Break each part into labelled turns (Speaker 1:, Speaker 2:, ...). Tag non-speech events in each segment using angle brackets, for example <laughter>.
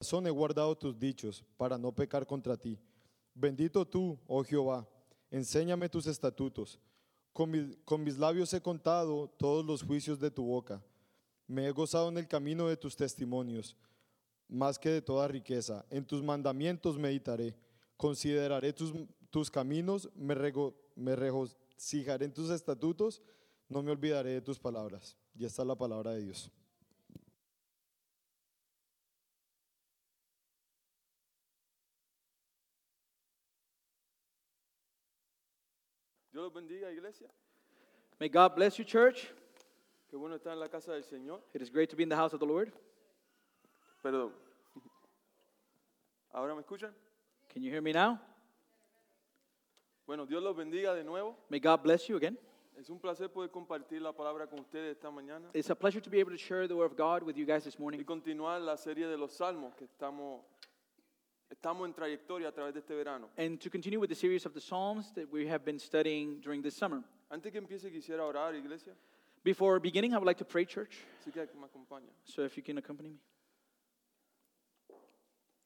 Speaker 1: corazón he guardado tus dichos para no pecar contra ti. Bendito tú, oh Jehová, enséñame tus estatutos. Con, mi- con mis labios he contado todos los juicios de tu boca. Me he gozado en el camino de tus testimonios, más que de toda riqueza. En tus mandamientos meditaré. Consideraré tus, tus caminos, me, rego, me regocijaré en tus estatutos. No me olvidaré de tus palabras. Y esta es la palabra de Dios.
Speaker 2: Dios los bendiga, iglesia.
Speaker 3: May God bless you, church.
Speaker 2: Qué bueno estar en la casa del Señor.
Speaker 3: It is great to be in the house of the Lord.
Speaker 2: Perdón. ¿Ahora me escuchan?
Speaker 3: Can you hear me now?
Speaker 2: Bueno, Dios los bendiga de nuevo.
Speaker 3: May God bless you again.
Speaker 2: Es un placer poder compartir la palabra con ustedes esta mañana
Speaker 3: It's a pleasure to be able to share the word of God with you guys this
Speaker 2: y
Speaker 3: morning
Speaker 2: continuar la serie de los salmos que estamos, estamos en trayectoria a través de este verano.
Speaker 3: and to continue with the series of the Psalms that we have been studying during this summer.
Speaker 2: Antes que empiece quisiera orar, iglesia.
Speaker 3: Before beginning, I would like to pray, church.
Speaker 2: Así que me acompaña.
Speaker 3: So if you can accompany me.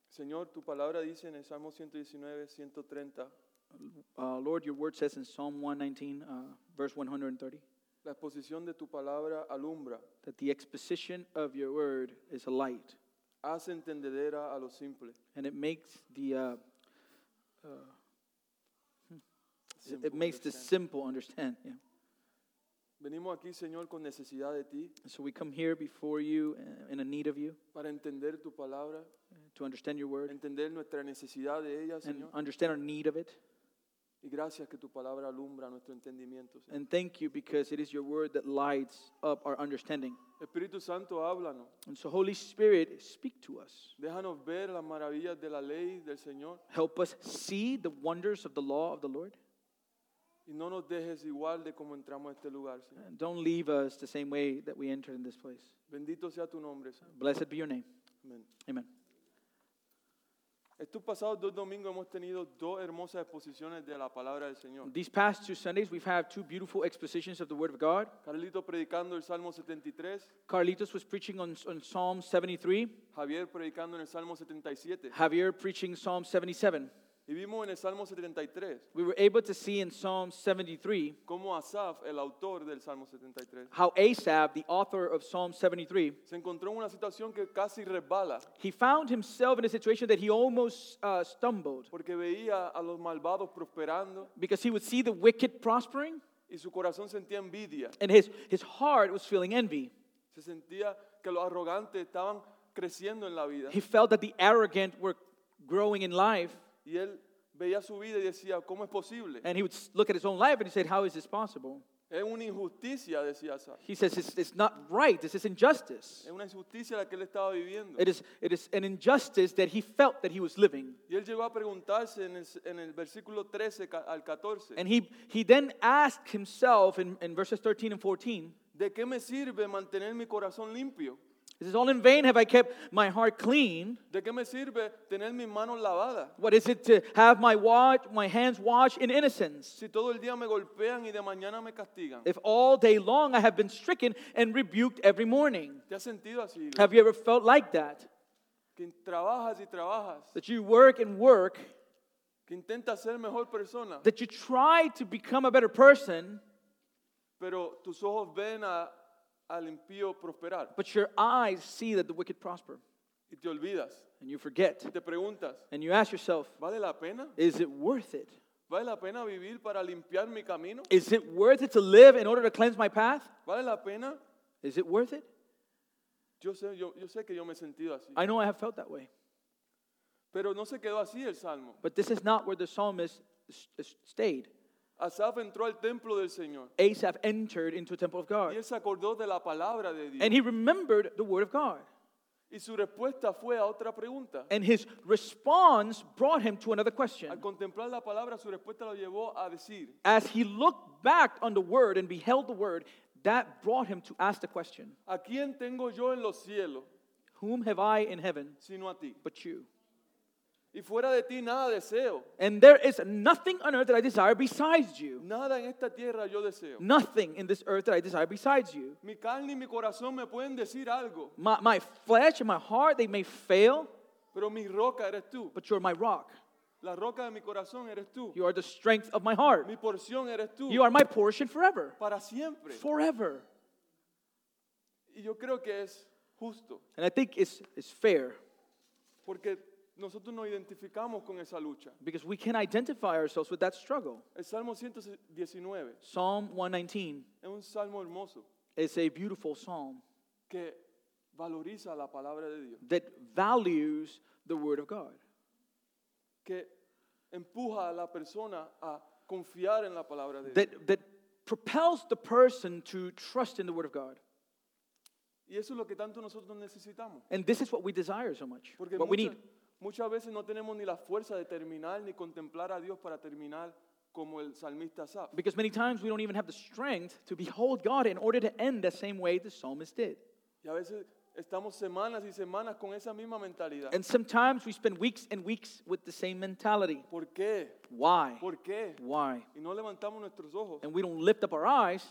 Speaker 2: Señor, tu palabra dice en el Salmo 119, 130,
Speaker 3: Uh, Lord, your word says in Psalm 119, uh, verse 130,
Speaker 2: la exposición de tu palabra alumbra,
Speaker 3: that the exposition of your word is a light
Speaker 2: hace entendedera a los simples.
Speaker 3: and it makes the, uh, uh, it makes the simple understand. Yeah.
Speaker 2: Venimos aquí, Señor, con necesidad de ti,
Speaker 3: So we come here before you uh, in a need of you
Speaker 2: para entender tu palabra,
Speaker 3: uh, to understand your word
Speaker 2: entender nuestra necesidad de ella,
Speaker 3: and
Speaker 2: Señor.
Speaker 3: understand our need of it.
Speaker 2: Y gracias que tu palabra alumbra nuestro entendimiento, Señor.
Speaker 3: And thank you because it is your word that lights up our understanding.
Speaker 2: Espíritu Santo, háblanos.
Speaker 3: And so, Holy Spirit, speak to us.
Speaker 2: Déjanos ver las maravillas de la ley del Señor
Speaker 3: Help us see the wonders of the law of the Lord.
Speaker 2: y no nos dejes igual de como entramos a este lugar, Señor.
Speaker 3: And don't leave us the same way that we entered in this place.
Speaker 2: Bendito sea tu nombre, Señor.
Speaker 3: Blessed be your name.
Speaker 2: Amén.
Speaker 3: Amen.
Speaker 2: Estos pasados dos domingos hemos tenido dos hermosas exposiciones de la palabra del Señor.
Speaker 3: These past two Sundays, we've had two beautiful expositions of the Word of God.
Speaker 2: Carlito predicando el Salmo 73,
Speaker 3: Carlitos was preaching on, on Psalm 73,
Speaker 2: Javier predicando en el Salmo 77.
Speaker 3: Javier preaching Psalm 77.
Speaker 2: Y vimos en el Salmo 73
Speaker 3: We were able to see in Psalm 73
Speaker 2: cómo Asaf, el autor del Salmo 73,
Speaker 3: how Asaph, the author of Psalm 73,
Speaker 2: se encontró en una situación que casi resbala
Speaker 3: he found himself in a situation that he almost uh, stumbled
Speaker 2: porque veía a los malvados prosperando
Speaker 3: because he would see the wicked prospering
Speaker 2: y su corazón sentía envidia.
Speaker 3: and his, his heart was feeling envy.
Speaker 2: Se sentía que los arrogantes estaban creciendo en la vida
Speaker 3: He felt that the arrogant were growing in life
Speaker 2: y él veía su vida y decía, ¿cómo es posible?
Speaker 3: and he would s- look at his own life and he said, How is this possible?
Speaker 2: Es una injusticia, decía Asaf.
Speaker 3: He says, It's, it's not right. This is injustice.
Speaker 2: Es una injusticia la que él estaba viviendo.
Speaker 3: It is, it is an injustice that he felt that he was living.
Speaker 2: Y él llegó a preguntarse en el, en el versículo 13 ca- al 14,
Speaker 3: And he, he then asked himself in, in verses 13 and 14,
Speaker 2: ¿de qué me sirve mantener mi corazón limpio?
Speaker 3: It says, All in vain have I kept my heart clean.
Speaker 2: ¿De qué me sirve tener mis manos lavadas?
Speaker 3: What is it to have my watch, my hands washed in innocence?
Speaker 2: Si todo el día me golpean y de mañana me castigan.
Speaker 3: If all day long I have been stricken and rebuked every morning.
Speaker 2: ¿Te has sentido así? iglesia?
Speaker 3: Have you ever felt like that?
Speaker 2: Que trabajas y trabajas,
Speaker 3: That you work and work,
Speaker 2: que intentas ser mejor persona,
Speaker 3: that you try to become a better person,
Speaker 2: pero tus ojos ven a- al impío prosperar
Speaker 3: but your eyes see that the wicked prosper.
Speaker 2: y te olvidas.
Speaker 3: And you forget.
Speaker 2: Y te preguntas,
Speaker 3: And you ask yourself,
Speaker 2: ¿vale la pena?
Speaker 3: Is it worth it?
Speaker 2: ¿Vale la pena vivir para limpiar mi camino?
Speaker 3: Is it worth it to live in order to cleanse my path?
Speaker 2: ¿Vale la pena?
Speaker 3: Is it worth it?
Speaker 2: Yo sé, yo, yo sé que yo me he sentido así.
Speaker 3: I know I have felt that way.
Speaker 2: Pero no se quedó así el salmo.
Speaker 3: But this is not where the psalmist s- s- stayed.
Speaker 2: Asaf entró al templo del Señor
Speaker 3: Asaph entered into the temple of
Speaker 2: y
Speaker 3: God.
Speaker 2: él se acordó de la palabra de Dios.
Speaker 3: And he remembered the word of God.
Speaker 2: Y su respuesta fue a otra pregunta.
Speaker 3: And his response brought him to another question.
Speaker 2: Al contemplar la palabra, su respuesta lo llevó a decir,
Speaker 3: As he looked back on the word and beheld the word, that brought him to ask the question
Speaker 2: ¿a quién tengo yo en los cielos
Speaker 3: Whom have I in heaven
Speaker 2: sino a ti?
Speaker 3: but you?
Speaker 2: Y fuera de ti nada deseo,
Speaker 3: And there is nothing on earth that I desire besides you.
Speaker 2: nada en esta tierra yo deseo.
Speaker 3: Nothing in this earth that I desire besides you.
Speaker 2: Mi carne y mi corazón me pueden decir algo,
Speaker 3: My, my flesh and my heart, they may fail,
Speaker 2: Pero mi roca eres tú.
Speaker 3: but you're my rock.
Speaker 2: La roca de mi corazón eres tú.
Speaker 3: You are the strength of my heart.
Speaker 2: Mi porción eres tú.
Speaker 3: You are my portion forever.
Speaker 2: Para siempre.
Speaker 3: Forever.
Speaker 2: Y yo creo que es justo.
Speaker 3: And I think it's, it's fair
Speaker 2: Porque nosotros nos identificamos con esa lucha.
Speaker 3: because we can identify ourselves with that struggle.
Speaker 2: El Salmo 119
Speaker 3: Psalm 119
Speaker 2: es un salmo hermoso
Speaker 3: is a beautiful psalm
Speaker 2: que valoriza la palabra de Dios,
Speaker 3: that values the Word of God,
Speaker 2: que empuja a la persona a confiar en la palabra de Dios.
Speaker 3: that, that propels the person to trust in the Word of God.
Speaker 2: Y eso es lo que tanto nosotros necesitamos.
Speaker 3: And this is what we desire so much,
Speaker 2: Porque
Speaker 3: what we
Speaker 2: muchas-
Speaker 3: need.
Speaker 2: muchas veces no tenemos ni la fuerza de terminar ni contemplar a Dios para terminar como el salmista Asaf.
Speaker 3: Because many times we don't even have the strength to behold God in order to end the same way the psalmist did.
Speaker 2: Y a veces estamos semanas y semanas con esa misma mentalidad.
Speaker 3: And sometimes we spend weeks and weeks with the same mentality.
Speaker 2: ¿Por qué?
Speaker 3: Why?
Speaker 2: ¿Por qué?
Speaker 3: Why?
Speaker 2: Y no levantamos nuestros ojos
Speaker 3: And we don't lift up our eyes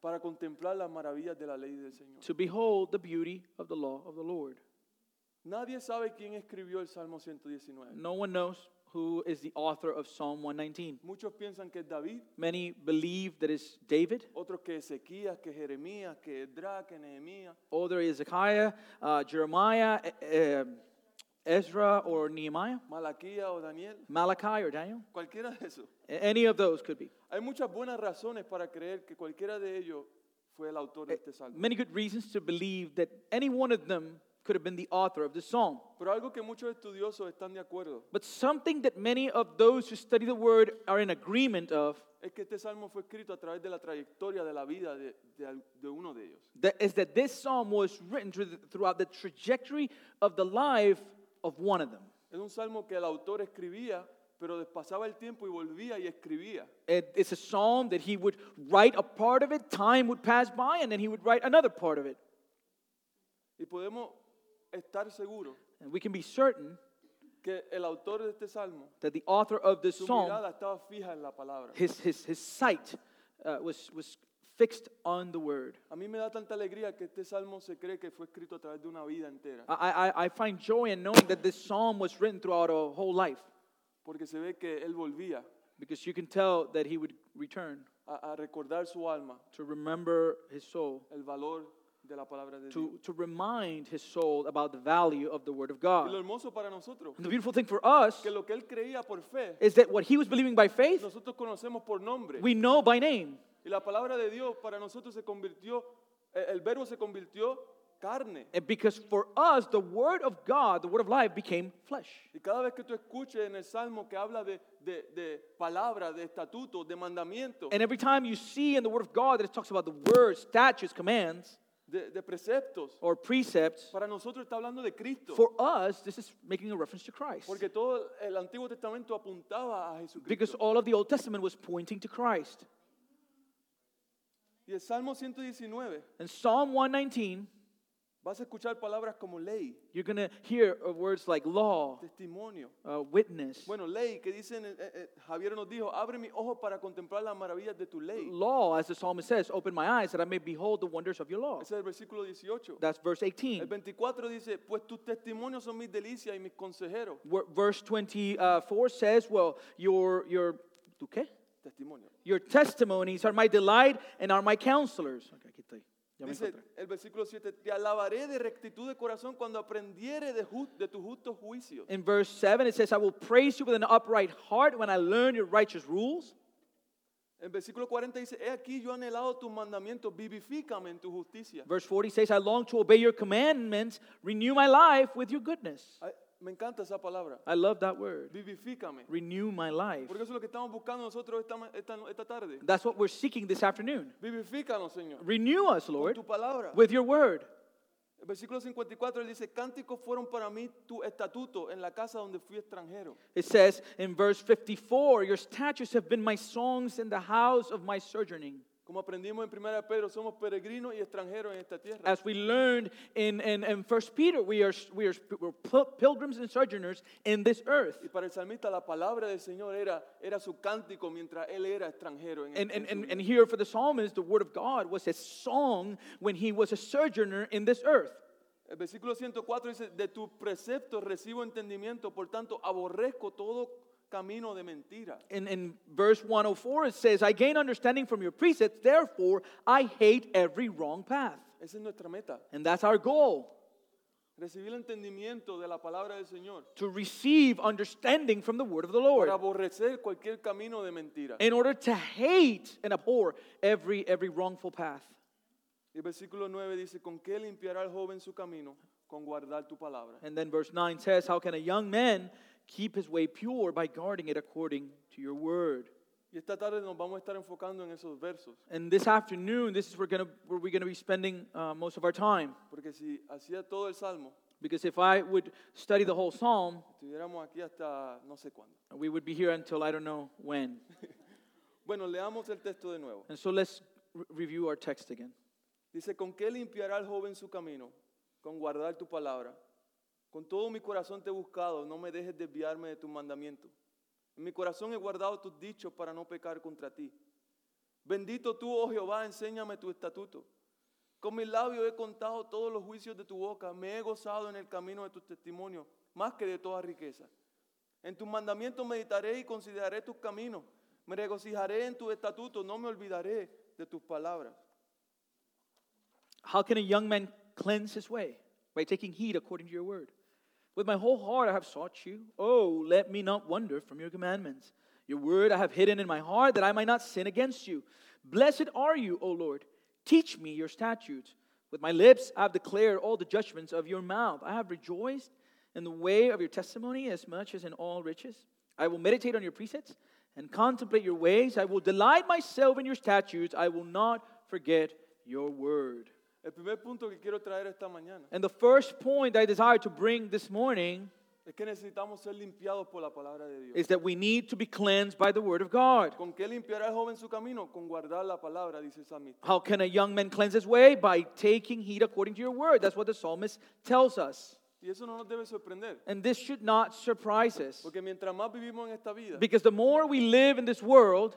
Speaker 2: para contemplar las maravillas de la ley del Señor.
Speaker 3: to behold the beauty of the law of the Lord.
Speaker 2: Nadie sabe quién escribió el Salmo 119.
Speaker 3: No one knows who is the author of Psalm 119.
Speaker 2: Muchos piensan que es David,
Speaker 3: Many believe that it's David,
Speaker 2: otros que Ezequías, que Jeremías, que Esdras, que Nehemías.
Speaker 3: other is Ezekiah, uh, Jeremiah, e- um, Ezra, or Nehemiah,
Speaker 2: Malaquía o Daniel,
Speaker 3: Malachi, or Daniel.
Speaker 2: cualquiera de esos.
Speaker 3: A- Any of those could be.
Speaker 2: Hay muchas buenas razones para creer que cualquiera de ellos fue el autor de este salmo.
Speaker 3: Many good reasons to believe that any one of them could have been the author of this psalm.
Speaker 2: Pero algo que muchos estudiosos están de acuerdo
Speaker 3: But something that many of those who study the word are in agreement of
Speaker 2: es que este salmo fue escrito a través de la trayectoria de la vida de, de al- de uno de ellos.
Speaker 3: that is that this psalm was written through the- throughout the trajectory of the life of one of them.
Speaker 2: Es un salmo que el autor escribía, pero despasaba el tiempo y volvía y escribía.
Speaker 3: It- it's a psalm that he would write a part of it, time would pass by, and then he would write another part of it.
Speaker 2: Y podemos estar seguros
Speaker 3: And we can be certain
Speaker 2: que el autor de este salmo,
Speaker 3: that the author of this
Speaker 2: su
Speaker 3: psalm,
Speaker 2: mirada estaba fija en la palabra.
Speaker 3: his, his, his sight uh, was, was fixed on the word.
Speaker 2: A mí me da tanta alegría que este salmo se cree que fue escrito a través de una vida entera,
Speaker 3: I, I, I find joy in knowing that this psalm was written throughout a whole life
Speaker 2: porque se ve que él volvía
Speaker 3: because you can tell that he would return
Speaker 2: a, a recordar su alma,
Speaker 3: to remember his soul,
Speaker 2: el valor de la palabra de Dios.
Speaker 3: to, to remind his soul about the value of the word of
Speaker 2: Y lo
Speaker 3: God.
Speaker 2: hermoso para nosotros,
Speaker 3: And the beautiful thing for us
Speaker 2: que lo que él creía por fe,
Speaker 3: is that what he was believing by faith,
Speaker 2: nosotros conocemos por nombre.
Speaker 3: we know by name.
Speaker 2: Y la palabra de Dios para nosotros se convirtió, eh, el verbo se convirtió carne.
Speaker 3: And because for us, the word of God, the word of life, became flesh.
Speaker 2: Y cada vez que tú escuches en el Salmo que habla de, de, de palabras, de estatutos, de mandamientos,
Speaker 3: And every time you see in the word of God that it talks about the words, statutes, commands,
Speaker 2: de, de preceptos,
Speaker 3: or precepts,
Speaker 2: para nosotros está hablando de Cristo.
Speaker 3: for us, this is making a reference to Christ.
Speaker 2: Porque todo el Antiguo Testamento apuntaba a
Speaker 3: Because
Speaker 2: Jesucristo.
Speaker 3: all of the Old Testament was pointing to Christ.
Speaker 2: Y el Salmo 119
Speaker 3: In Psalm 119,
Speaker 2: vas a escuchar palabras como ley,
Speaker 3: you're going to hear of words like law,
Speaker 2: testimonio.
Speaker 3: uh, witness.
Speaker 2: Bueno, ley, que dicen, eh, eh, Javier nos dijo, abre mis ojos para contemplar las maravillas de tu ley.
Speaker 3: Law, as the psalmist says, open my eyes that I may behold the wonders of your law.
Speaker 2: Ese es el versículo 18.
Speaker 3: That's verse
Speaker 2: El
Speaker 3: 18.
Speaker 2: 24 dice, pues tus testimonios son mis delicias y mis consejeros.
Speaker 3: Where- Verse 24 says, well, your, your, ¿tú qué?
Speaker 2: Testimonio.
Speaker 3: Your testimonies are my delight and are my counselors. Okay, aquí estoy. Ya me
Speaker 2: Dice
Speaker 3: encontré.
Speaker 2: el versículo 7, te alabaré de rectitud de corazón cuando aprendiere de, ju- de tus justos juicios.
Speaker 3: In verse 7, it says, I will praise you with an upright heart when I learn your righteous rules.
Speaker 2: El versículo 40 dice, he aquí yo he anhelado tus mandamientos, vivifícame en tu justicia.
Speaker 3: Verse 40 says, I long to obey your commandments, renew my life with your goodness.
Speaker 2: Ay, me encanta esa palabra,
Speaker 3: I love that word.
Speaker 2: vivifícame.
Speaker 3: Renew my life.
Speaker 2: Porque eso es lo que estamos buscando nosotros esta, ma- esta, esta tarde.
Speaker 3: That's what we're seeking this afternoon.
Speaker 2: Vivifícanos, Señor,
Speaker 3: Renew us,
Speaker 2: con
Speaker 3: Lord,
Speaker 2: tu palabra.
Speaker 3: with your word.
Speaker 2: El versículo 54 él dice, cánticos fueron para mí tu estatuto en la casa donde fui extranjero.
Speaker 3: It says in verse 54, Your statutes have been my songs in the house of my sojourning.
Speaker 2: Como aprendimos en 1 Pedro, somos peregrinos y extranjeros en esta tierra.
Speaker 3: As we learned in, in, in 1 Peter, we are, we are we're pil- pilgrims and sojourners in this earth.
Speaker 2: Y para el salmista la palabra del Señor era, era su cántico mientras él era extranjero. En, en
Speaker 3: And, and,
Speaker 2: su
Speaker 3: and,
Speaker 2: vida.
Speaker 3: and here for the psalmist, the word of God was a song when he was a sojourner in this earth.
Speaker 2: El versículo 104 dice, de tus preceptos recibo entendimiento, por tanto aborrezco todo camino de mentira.
Speaker 3: In, in verse 104, it says, I gain understanding from your precepts, therefore I hate every wrong path.
Speaker 2: Esa es nuestra meta,
Speaker 3: And that's our goal
Speaker 2: recibir el entendimiento de la palabra del Señor
Speaker 3: to receive understanding from the word of the Lord
Speaker 2: para aborrecer cualquier camino de mentira.
Speaker 3: in order to hate and abhor every, every wrongful path.
Speaker 2: Y el versículo 9 dice, ¿con qué limpiará el joven su camino? Con guardar tu palabra.
Speaker 3: And then verse 9 says, How can a young man keep his way pure by guarding it according to your word?
Speaker 2: Y esta tarde nos vamos a estar enfocando en esos versos,
Speaker 3: And this afternoon, this is where, gonna, where we're going to be spending uh, most of our time.
Speaker 2: porque si hacía todo el salmo,
Speaker 3: Because if I would study the whole psalm,
Speaker 2: estuviéramos aquí hasta no sé cuándo.
Speaker 3: we would be here until I don't know when.
Speaker 2: Bueno, leamos el texto de nuevo.
Speaker 3: And so let's re- review our text again.
Speaker 2: Dice, ¿con qué limpiará el joven su camino? Con guardar tu palabra. Con todo mi corazón te he buscado, no me dejes desviarme de tus mandamientos. En mi corazón he guardado tus dichos para no pecar contra ti. Bendito tú, oh Jehová, enséñame tu estatuto. Con mis labios he contado todos los juicios de tu boca, me he gozado en el camino de tus testimonios, más que de toda riqueza. En tus mandamientos meditaré y consideraré tus caminos, me regocijaré en tus estatutos, no me olvidaré de tus palabras.
Speaker 3: How can a young man cleanse his way? By taking heed according to your word. With my whole heart I have sought you. Oh, let me not wander from your commandments. Your word I have hidden in my heart that I might not sin against you. Blessed are you, O Lord. Teach me your statutes. With my lips I have declared all the judgments of your mouth. I have rejoiced in the way of your testimony as much as in all riches. I will meditate on your precepts and contemplate your ways. I will delight myself in your statutes. I will not forget your word.
Speaker 2: El primer punto que quiero traer esta mañana
Speaker 3: And the first point I desire to bring this morning
Speaker 2: es que necesitamos ser limpiados por la palabra de Dios.
Speaker 3: is that we need to be cleansed by the word of God.
Speaker 2: ¿Con qué limpiará el joven su camino? Con guardar la palabra, dice el salmista.
Speaker 3: How can a young man cleanse his way? By taking heed according to your word. That's what the psalmist tells us.
Speaker 2: Y eso no nos debe sorprender,
Speaker 3: And this should not surprise us.
Speaker 2: porque mientras más vivimos en esta vida,
Speaker 3: Because the more we live in this world,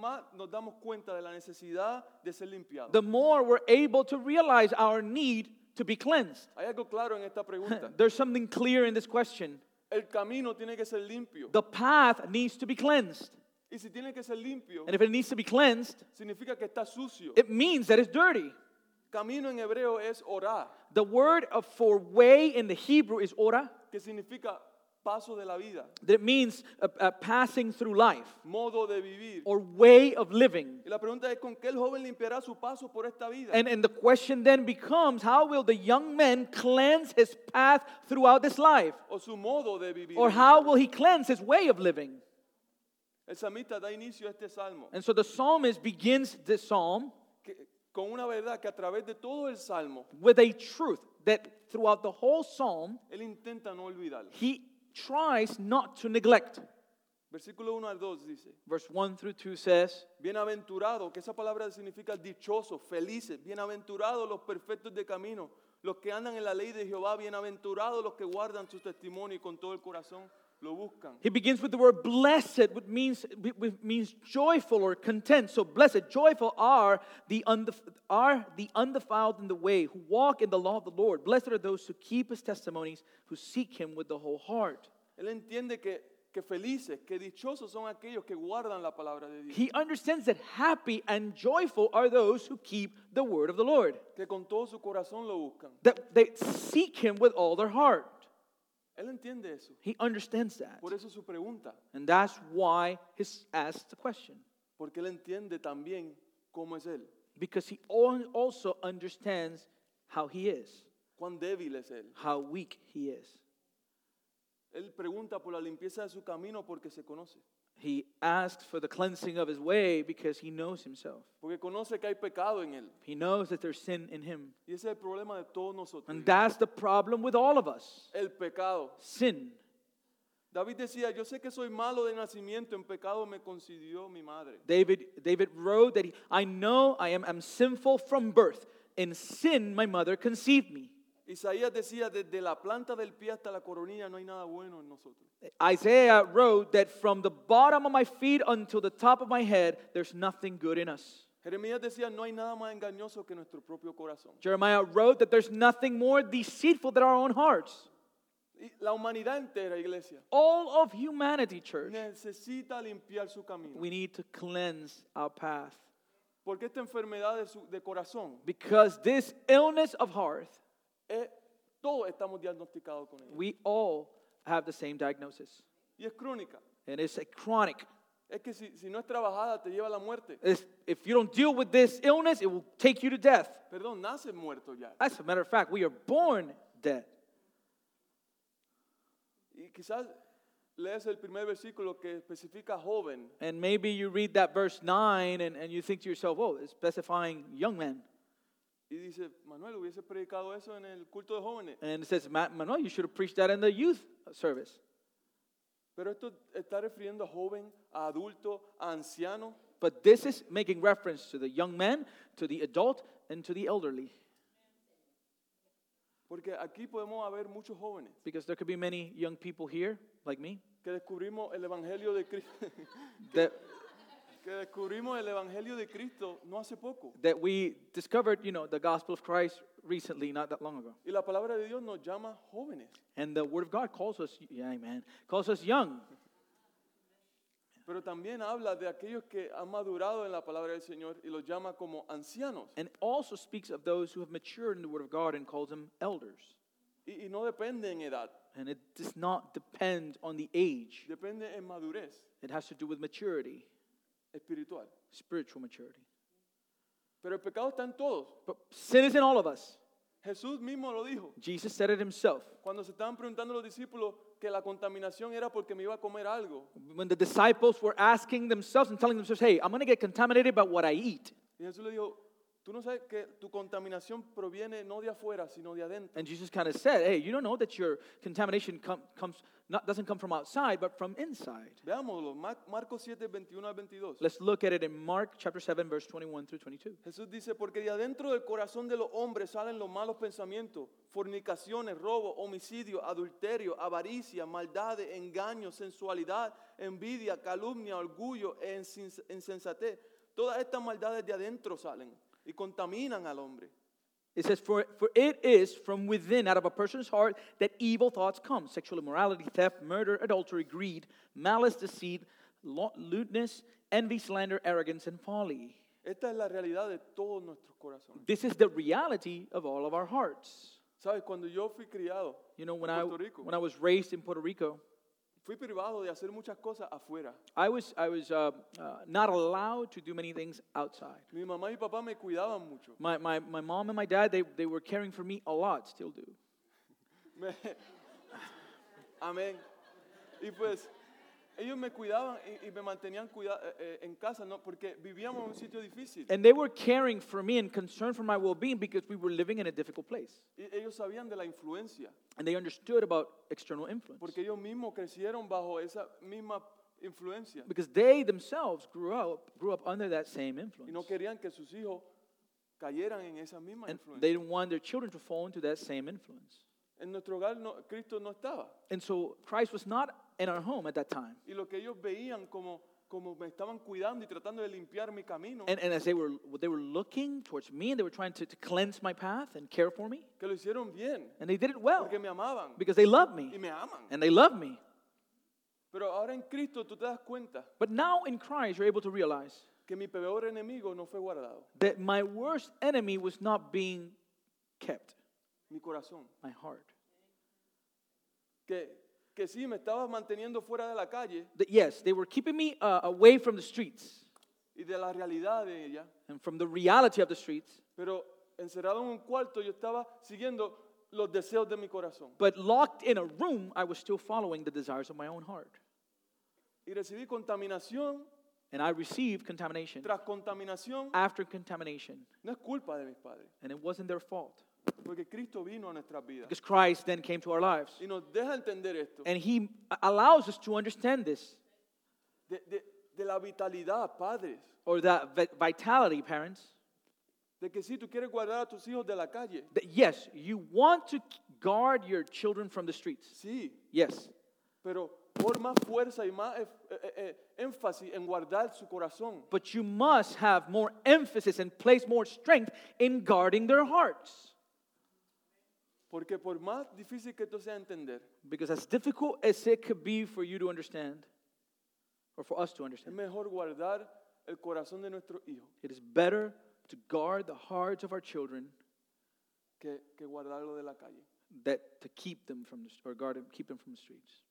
Speaker 2: más nos damos cuenta de la necesidad de ser limpiados.
Speaker 3: the more we're able to realize our need to be cleansed. <laughs>
Speaker 2: Hay algo claro en esta pregunta.
Speaker 3: There's something clear in this question.
Speaker 2: El camino tiene que ser limpio.
Speaker 3: The path needs to be cleansed.
Speaker 2: Y si tiene que ser limpio,
Speaker 3: And if it needs to be cleansed,
Speaker 2: significa que está sucio.
Speaker 3: it means that it's dirty.
Speaker 2: Camino en hebreo es orá,
Speaker 3: The word of- for way in the Hebrew is ora,
Speaker 2: que significa paso de la vida,
Speaker 3: that means uh, uh, passing through life
Speaker 2: modo de vivir.
Speaker 3: or way of living.
Speaker 2: Y la pregunta es, ¿con qué el joven limpiará su paso por esta vida?
Speaker 3: And, and the question then becomes how will the young man cleanse his path throughout this life?
Speaker 2: o su modo de vivir.
Speaker 3: Or how will he cleanse his way of living?
Speaker 2: El salmista da inicio a este salmo
Speaker 3: And so the psalmist begins this psalm
Speaker 2: que- con una verdad que a través de todo el salmo
Speaker 3: with a truth that throughout the whole psalm,
Speaker 2: él intenta no olvidar.
Speaker 3: he tries not to neglect.
Speaker 2: Versículo 1 al 2 dice,
Speaker 3: Verse 1 through 2 says,
Speaker 2: bienaventurado, que esa palabra significa dichoso, felices, bienaventurados los perfectos de camino, los que andan en la ley de Jehová, bienaventurados los que guardan su testimonio y con todo el corazón lo buscan.
Speaker 3: He begins with the word blessed, which means, which means joyful or content. So blessed, joyful are the, undef- are the undefiled in the way, who walk in the law of the Lord. Blessed are those who keep his testimonies, who seek him with the whole heart.
Speaker 2: Él entiende que, que felices, que dichosos son aquellos que guardan la palabra de Dios,
Speaker 3: He understands that happy and joyful are those who keep the word of the Lord,
Speaker 2: que con todo su corazón lo buscan.
Speaker 3: that they seek him with all their heart.
Speaker 2: Él entiende eso.
Speaker 3: He understands that.
Speaker 2: Por eso su pregunta.
Speaker 3: And that's why he asks the question,
Speaker 2: Porque él entiende también cómo es él,
Speaker 3: because he al- also understands how he is.
Speaker 2: cuán débil es él.
Speaker 3: how weak he is.
Speaker 2: Él pregunta por la limpieza de su camino porque se conoce,
Speaker 3: He asks for the cleansing of his way because he knows himself.
Speaker 2: porque conoce que hay pecado en él.
Speaker 3: He knows that there's sin in him.
Speaker 2: Y ese es el problema de todos nosotros,
Speaker 3: And that's the problem with all of us
Speaker 2: el pecado.
Speaker 3: sin.
Speaker 2: David decía, yo sé que soy malo de nacimiento, en pecado me concibió mi madre.
Speaker 3: David, David wrote that he, I know I am am sinful from birth. In sin, my mother conceived me.
Speaker 2: Isaías decía, desde la planta del pie hasta la coronilla no hay nada bueno en nosotros.
Speaker 3: Isaiah wrote that from the bottom of my feet until the top of my head, there's nothing good in us.
Speaker 2: Jeremías decía, no hay nada más engañoso que nuestro propio corazón.
Speaker 3: Jeremiah wrote that there's nothing more deceitful than our own hearts.
Speaker 2: Y la humanidad entera, iglesia,
Speaker 3: All of humanity, church,
Speaker 2: necesita limpiar su camino.
Speaker 3: we need to cleanse our path.
Speaker 2: Porque esta enfermedad de, su- de corazón,
Speaker 3: Because this illness of heart,
Speaker 2: es- Eh, todos estamos diagnosticados con ella.
Speaker 3: we all have the same diagnosis.
Speaker 2: Y es crónica.
Speaker 3: And it's a chronic.
Speaker 2: Es que si, si no es trabajada, te lleva a la muerte.
Speaker 3: It's- if you don't deal with this illness, it will take you to death.
Speaker 2: Perdón, naces muerto ya.
Speaker 3: As a matter of fact, we are born dead.
Speaker 2: Y quizás lees el primer versículo que especifica joven,
Speaker 3: And maybe you read that verse 9 and, and you think to yourself, whoa, it's specifying young men.
Speaker 2: Y dice, Manuel, hubiese predicado eso en el culto de jóvenes.
Speaker 3: And it says, "Ma- Manuel, you should have preached that in the youth service.
Speaker 2: Pero esto está refiriendo a joven, a adulto, a anciano.
Speaker 3: But this is making reference to the young man, to the adult, and to the elderly.
Speaker 2: Porque aquí podemos haber muchos jóvenes
Speaker 3: Because there could be many young people here, like me,
Speaker 2: que descubrimos el evangelio de Cristo, <laughs>
Speaker 3: that,
Speaker 2: que descubrimos el evangelio de Cristo no hace poco.
Speaker 3: that we discovered, you know, the gospel of Christ recently, not that long ago.
Speaker 2: Y la palabra de Dios nos llama jóvenes.
Speaker 3: And the Word of God calls us, yeah, amen, calls us young.
Speaker 2: Pero también habla de aquellos que han madurado en la palabra del Señor y los llama como ancianos.
Speaker 3: And it also speaks of those who have matured in the Word of God and calls them elders.
Speaker 2: Y, y no depende en edad,
Speaker 3: And it does not depend on the age,
Speaker 2: depende en madurez
Speaker 3: it has to do with maturity,
Speaker 2: espiritual.
Speaker 3: spiritual maturity.
Speaker 2: Pero el pecado está en todos.
Speaker 3: But sin is in all of us.
Speaker 2: Jesús mismo lo dijo.
Speaker 3: Jesus said it himself.
Speaker 2: Cuando se estaban preguntando los discípulos que la contaminación era porque me iba a comer algo,
Speaker 3: When the disciples were asking themselves and telling themselves, hey, I'm going to get contaminated by what I eat.
Speaker 2: y Jesús le dijo, tú no sabes que tu contaminación proviene no de afuera, sino de adentro.
Speaker 3: And Jesus kind of said, hey, you don't know that your contamination com- comes, not, doesn't come from outside, but from inside.
Speaker 2: Veámoslo, Mar- Marcos 7, 21 al 22.
Speaker 3: Let's look at it in Mark chapter 7, verse 21 through 22.
Speaker 2: Jesús dice, porque de adentro del corazón de los hombres salen los malos pensamientos, fornicaciones, robo, homicidio, adulterio, avaricia, maldades, engaño, sensualidad, envidia, calumnia, orgullo e insin- insensatez. Todas estas maldades de adentro salen y contaminan al hombre.
Speaker 3: It says, for, for it is from within, out of a person's heart, that evil thoughts come sexual immorality, theft, murder, adultery, greed, malice, deceit, lo- lewdness, envy, slander, arrogance, and folly.
Speaker 2: Esta es la realidad de todos nuestros corazones.
Speaker 3: This is the reality of all of our hearts.
Speaker 2: Sabes, cuando yo fui criado,
Speaker 3: You know, when
Speaker 2: en
Speaker 3: I,
Speaker 2: Puerto Rico,
Speaker 3: when I was raised in Puerto Rico,
Speaker 2: fui privado de hacer muchas cosas afuera.
Speaker 3: I was, I was uh, uh, not allowed to do many things outside.
Speaker 2: Mi mamá y papá me cuidaban mucho.
Speaker 3: My, my, my mom and my dad, they, they were caring for me a lot, still do.
Speaker 2: Me- Amén. Y pues ellos me cuidaban y, y me mantenían cuida- eh, eh, en casa, ¿no? porque vivíamos en un sitio difícil.
Speaker 3: And they were caring for me and concerned for my well being because we were living in a difficult place.
Speaker 2: Y ellos sabían de la influencia,
Speaker 3: And they understood about external influence
Speaker 2: porque ellos mismos crecieron bajo esa misma influencia
Speaker 3: because they themselves grew up, grew up under that
Speaker 2: y
Speaker 3: same
Speaker 2: no
Speaker 3: influence.
Speaker 2: querían que sus hijos cayeran en esa misma
Speaker 3: And
Speaker 2: influencia.
Speaker 3: they didn't want their children to fall into that same influence.
Speaker 2: En nuestro hogar no- Cristo no estaba.
Speaker 3: And so Christ was not in our home at that time.
Speaker 2: y lo que ellos veían como, como me estaban cuidando y tratando de limpiar mi camino,
Speaker 3: And, and as they were, they were looking towards me and they were trying to, to cleanse my path and care for me,
Speaker 2: que lo hicieron bien,
Speaker 3: and they did it well
Speaker 2: porque me amaban
Speaker 3: because they loved
Speaker 2: y
Speaker 3: me
Speaker 2: me aman.
Speaker 3: and they love me.
Speaker 2: Pero ahora en Cristo tú te das cuenta
Speaker 3: But now in Christ, you're able to realize
Speaker 2: que mi peor enemigo no fue guardado,
Speaker 3: that my worst enemy was not being kept,
Speaker 2: mi corazón.
Speaker 3: my heart.
Speaker 2: Que, que sí, me estaba manteniendo fuera de la calle
Speaker 3: That yes, they were keeping me uh, away from the streets
Speaker 2: y de la realidad de ella,
Speaker 3: and from the reality of the streets,
Speaker 2: pero encerrado en un cuarto yo estaba siguiendo los deseos de mi corazón.
Speaker 3: but locked in a room, I was still following the desires of my own heart.
Speaker 2: Y recibí contaminación
Speaker 3: And I received contamination
Speaker 2: tras contaminación.
Speaker 3: after contamination,
Speaker 2: No es culpa de mis padres,
Speaker 3: and it wasn't their fault
Speaker 2: porque Cristo vino a nuestras vidas.
Speaker 3: because Christ then came to our lives.
Speaker 2: Y nos deja entender esto.
Speaker 3: And he uh, allows us to understand this,
Speaker 2: de, de- de la vitalidad, padres.
Speaker 3: or that vi- vitality, parents,
Speaker 2: De que si tú quieres guardar a tus hijos de la calle,
Speaker 3: that yes, you want to guard your children from the streets.
Speaker 2: sí,
Speaker 3: Yes.
Speaker 2: Pero por más fuerza y más eh, eh, eh, énfasis en guardar su corazón.
Speaker 3: But you must have more emphasis and place more strength in guarding their hearts.
Speaker 2: Porque por más difícil que esto sea entender,
Speaker 3: Because as difficult as it could be for you to understand, or for us to
Speaker 2: es
Speaker 3: understand,
Speaker 2: mejor guardar el corazón de nuestros hijos
Speaker 3: it is better to guard the hearts of our children
Speaker 2: que, que guardarlo de la calle.
Speaker 3: that to keep them from the, or guard them, keep them from the streets.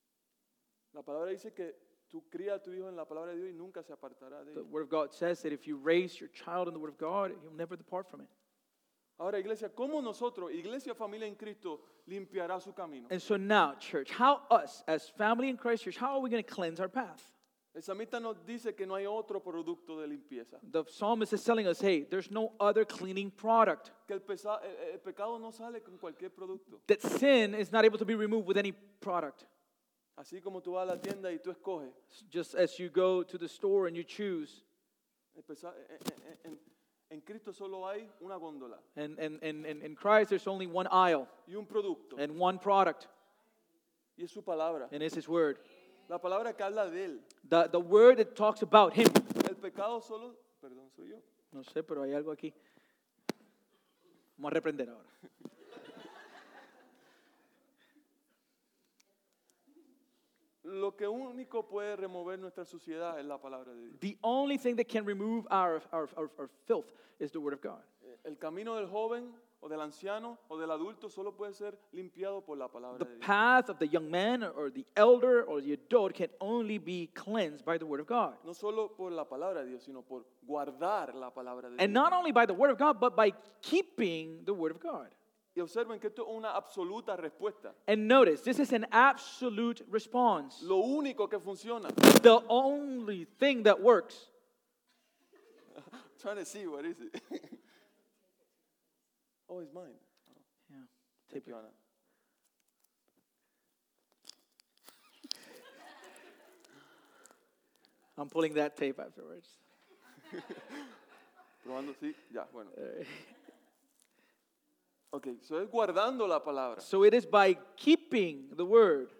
Speaker 2: La palabra dice que tú cría a tu hijo en la palabra de Dios y nunca se apartará de
Speaker 3: The
Speaker 2: él.
Speaker 3: Word of God says that if you raise your child in the Word of God, you'll never depart from it.
Speaker 2: Ahora, iglesia, ¿cómo nosotros, iglesia, familia en Cristo, limpiará su camino?
Speaker 3: And so now, church, how us as family in Christ Church, how are we going to cleanse our path?
Speaker 2: El samita nos dice que no hay otro producto de limpieza,
Speaker 3: The psalmist is telling us, hey, there's no other cleaning product.
Speaker 2: que el, pesa- el- el pecado no sale con cualquier producto.
Speaker 3: That sin is not able to be removed with any product.
Speaker 2: Así como tú vas a la tienda y tú escoges,
Speaker 3: Just as you go to the store and you choose,
Speaker 2: el pesa- en- en- en- en Cristo solo hay una góndola
Speaker 3: and and and, and in Christ there's only one aisle
Speaker 2: y un producto,
Speaker 3: and one product,
Speaker 2: y es su palabra,
Speaker 3: and it's His Word.
Speaker 2: la palabra que habla de él.
Speaker 3: The the Word that talks about Him.
Speaker 2: El pecado solo, perdón, soy yo.
Speaker 3: No sé, pero hay algo aquí. Vamos a reprender ahora.
Speaker 2: Lo que único puede remover nuestra suciedad es la palabra de Dios.
Speaker 3: The only thing that can remove our, our, our, our filth is the Word of God.
Speaker 2: El camino del joven o del anciano o del adulto solo puede ser limpiado por la palabra
Speaker 3: The
Speaker 2: de Dios.
Speaker 3: path of the young man or the elder or the adult can only be cleansed by the Word of God.
Speaker 2: No solo por la palabra de Dios, sino por guardar la palabra de Dios.
Speaker 3: And not only by the Word of God, but by keeping the Word of God.
Speaker 2: Y observen que esto es una absoluta respuesta.
Speaker 3: And notice, this is an absolute response.
Speaker 2: Lo único que funciona.
Speaker 3: The only thing that works.
Speaker 2: Trying to see what is it. <laughs> oh, it's mine.
Speaker 3: Yeah, take your-
Speaker 2: Johanna.
Speaker 3: I'm pulling that tape afterwards.
Speaker 2: Probando, sí, ya, <laughs> bueno. Ok, eso es guardando la palabra.
Speaker 3: So it is by keeping the Word,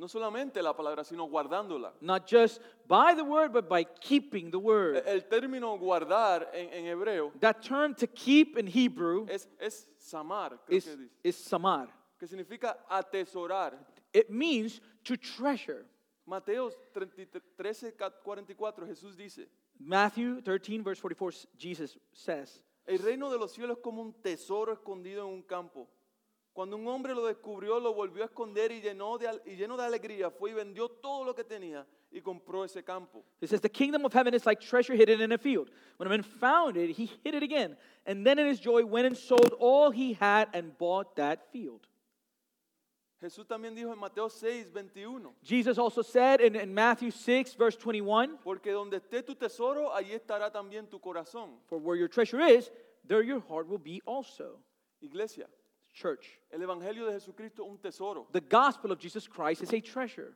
Speaker 2: No solamente la palabra, sino guardándola.
Speaker 3: not just by the Word, but by keeping the
Speaker 2: E-
Speaker 3: Word.
Speaker 2: El término guardar en, en hebreo
Speaker 3: That term to keep in Hebrew
Speaker 2: es, es samar, creo
Speaker 3: is,
Speaker 2: que dice,
Speaker 3: is samar.
Speaker 2: que significa atesorar.
Speaker 3: It means to treasure.
Speaker 2: Mateo 33, 13, 44, Jesús dice,
Speaker 3: Matthew 13, verse 44, s- Jesus says,
Speaker 2: el reino de los cielos es como un tesoro escondido en un campo. Cuando un hombre lo descubrió, lo volvió a esconder y, llenó de, al- y lleno de alegría fue y vendió todo lo que tenía y compró ese campo.
Speaker 3: It says, The kingdom of heaven is like treasure hidden in a field. When a man found it, he hid it again. And then in his joy went and sold all he had and bought that field.
Speaker 2: Jesús también dijo en Mateo 6, 21,
Speaker 3: Jesus also said in, in Matthew 6, verse 21,
Speaker 2: porque donde esté tu tesoro, allí estará también tu corazón.
Speaker 3: For where your treasure is, there your heart will be also.
Speaker 2: Iglesia,
Speaker 3: Church,
Speaker 2: el Evangelio de Jesucristo es un tesoro.
Speaker 3: the gospel of Jesus Christ is a treasure,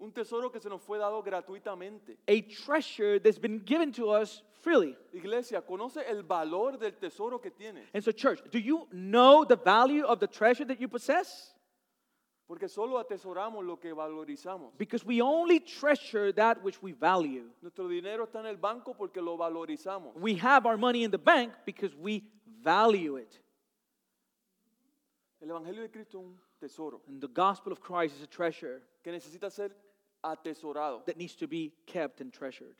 Speaker 2: Un tesoro que se nos fue dado gratuitamente.
Speaker 3: a treasure that's been given to us freely.
Speaker 2: Iglesia, conoce el valor del tesoro que tienes.
Speaker 3: And so, church, do you know the value of the treasure that you possess?
Speaker 2: Porque solo atesoramos lo que valorizamos.
Speaker 3: Because we only treasure that which we value.
Speaker 2: Nuestro dinero está en el banco porque lo valorizamos.
Speaker 3: We have our money in the bank because we value it.
Speaker 2: El Evangelio de Cristo es un tesoro
Speaker 3: And the gospel of Christ is a treasure
Speaker 2: que necesita ser atesorado.
Speaker 3: that needs to be kept and treasured.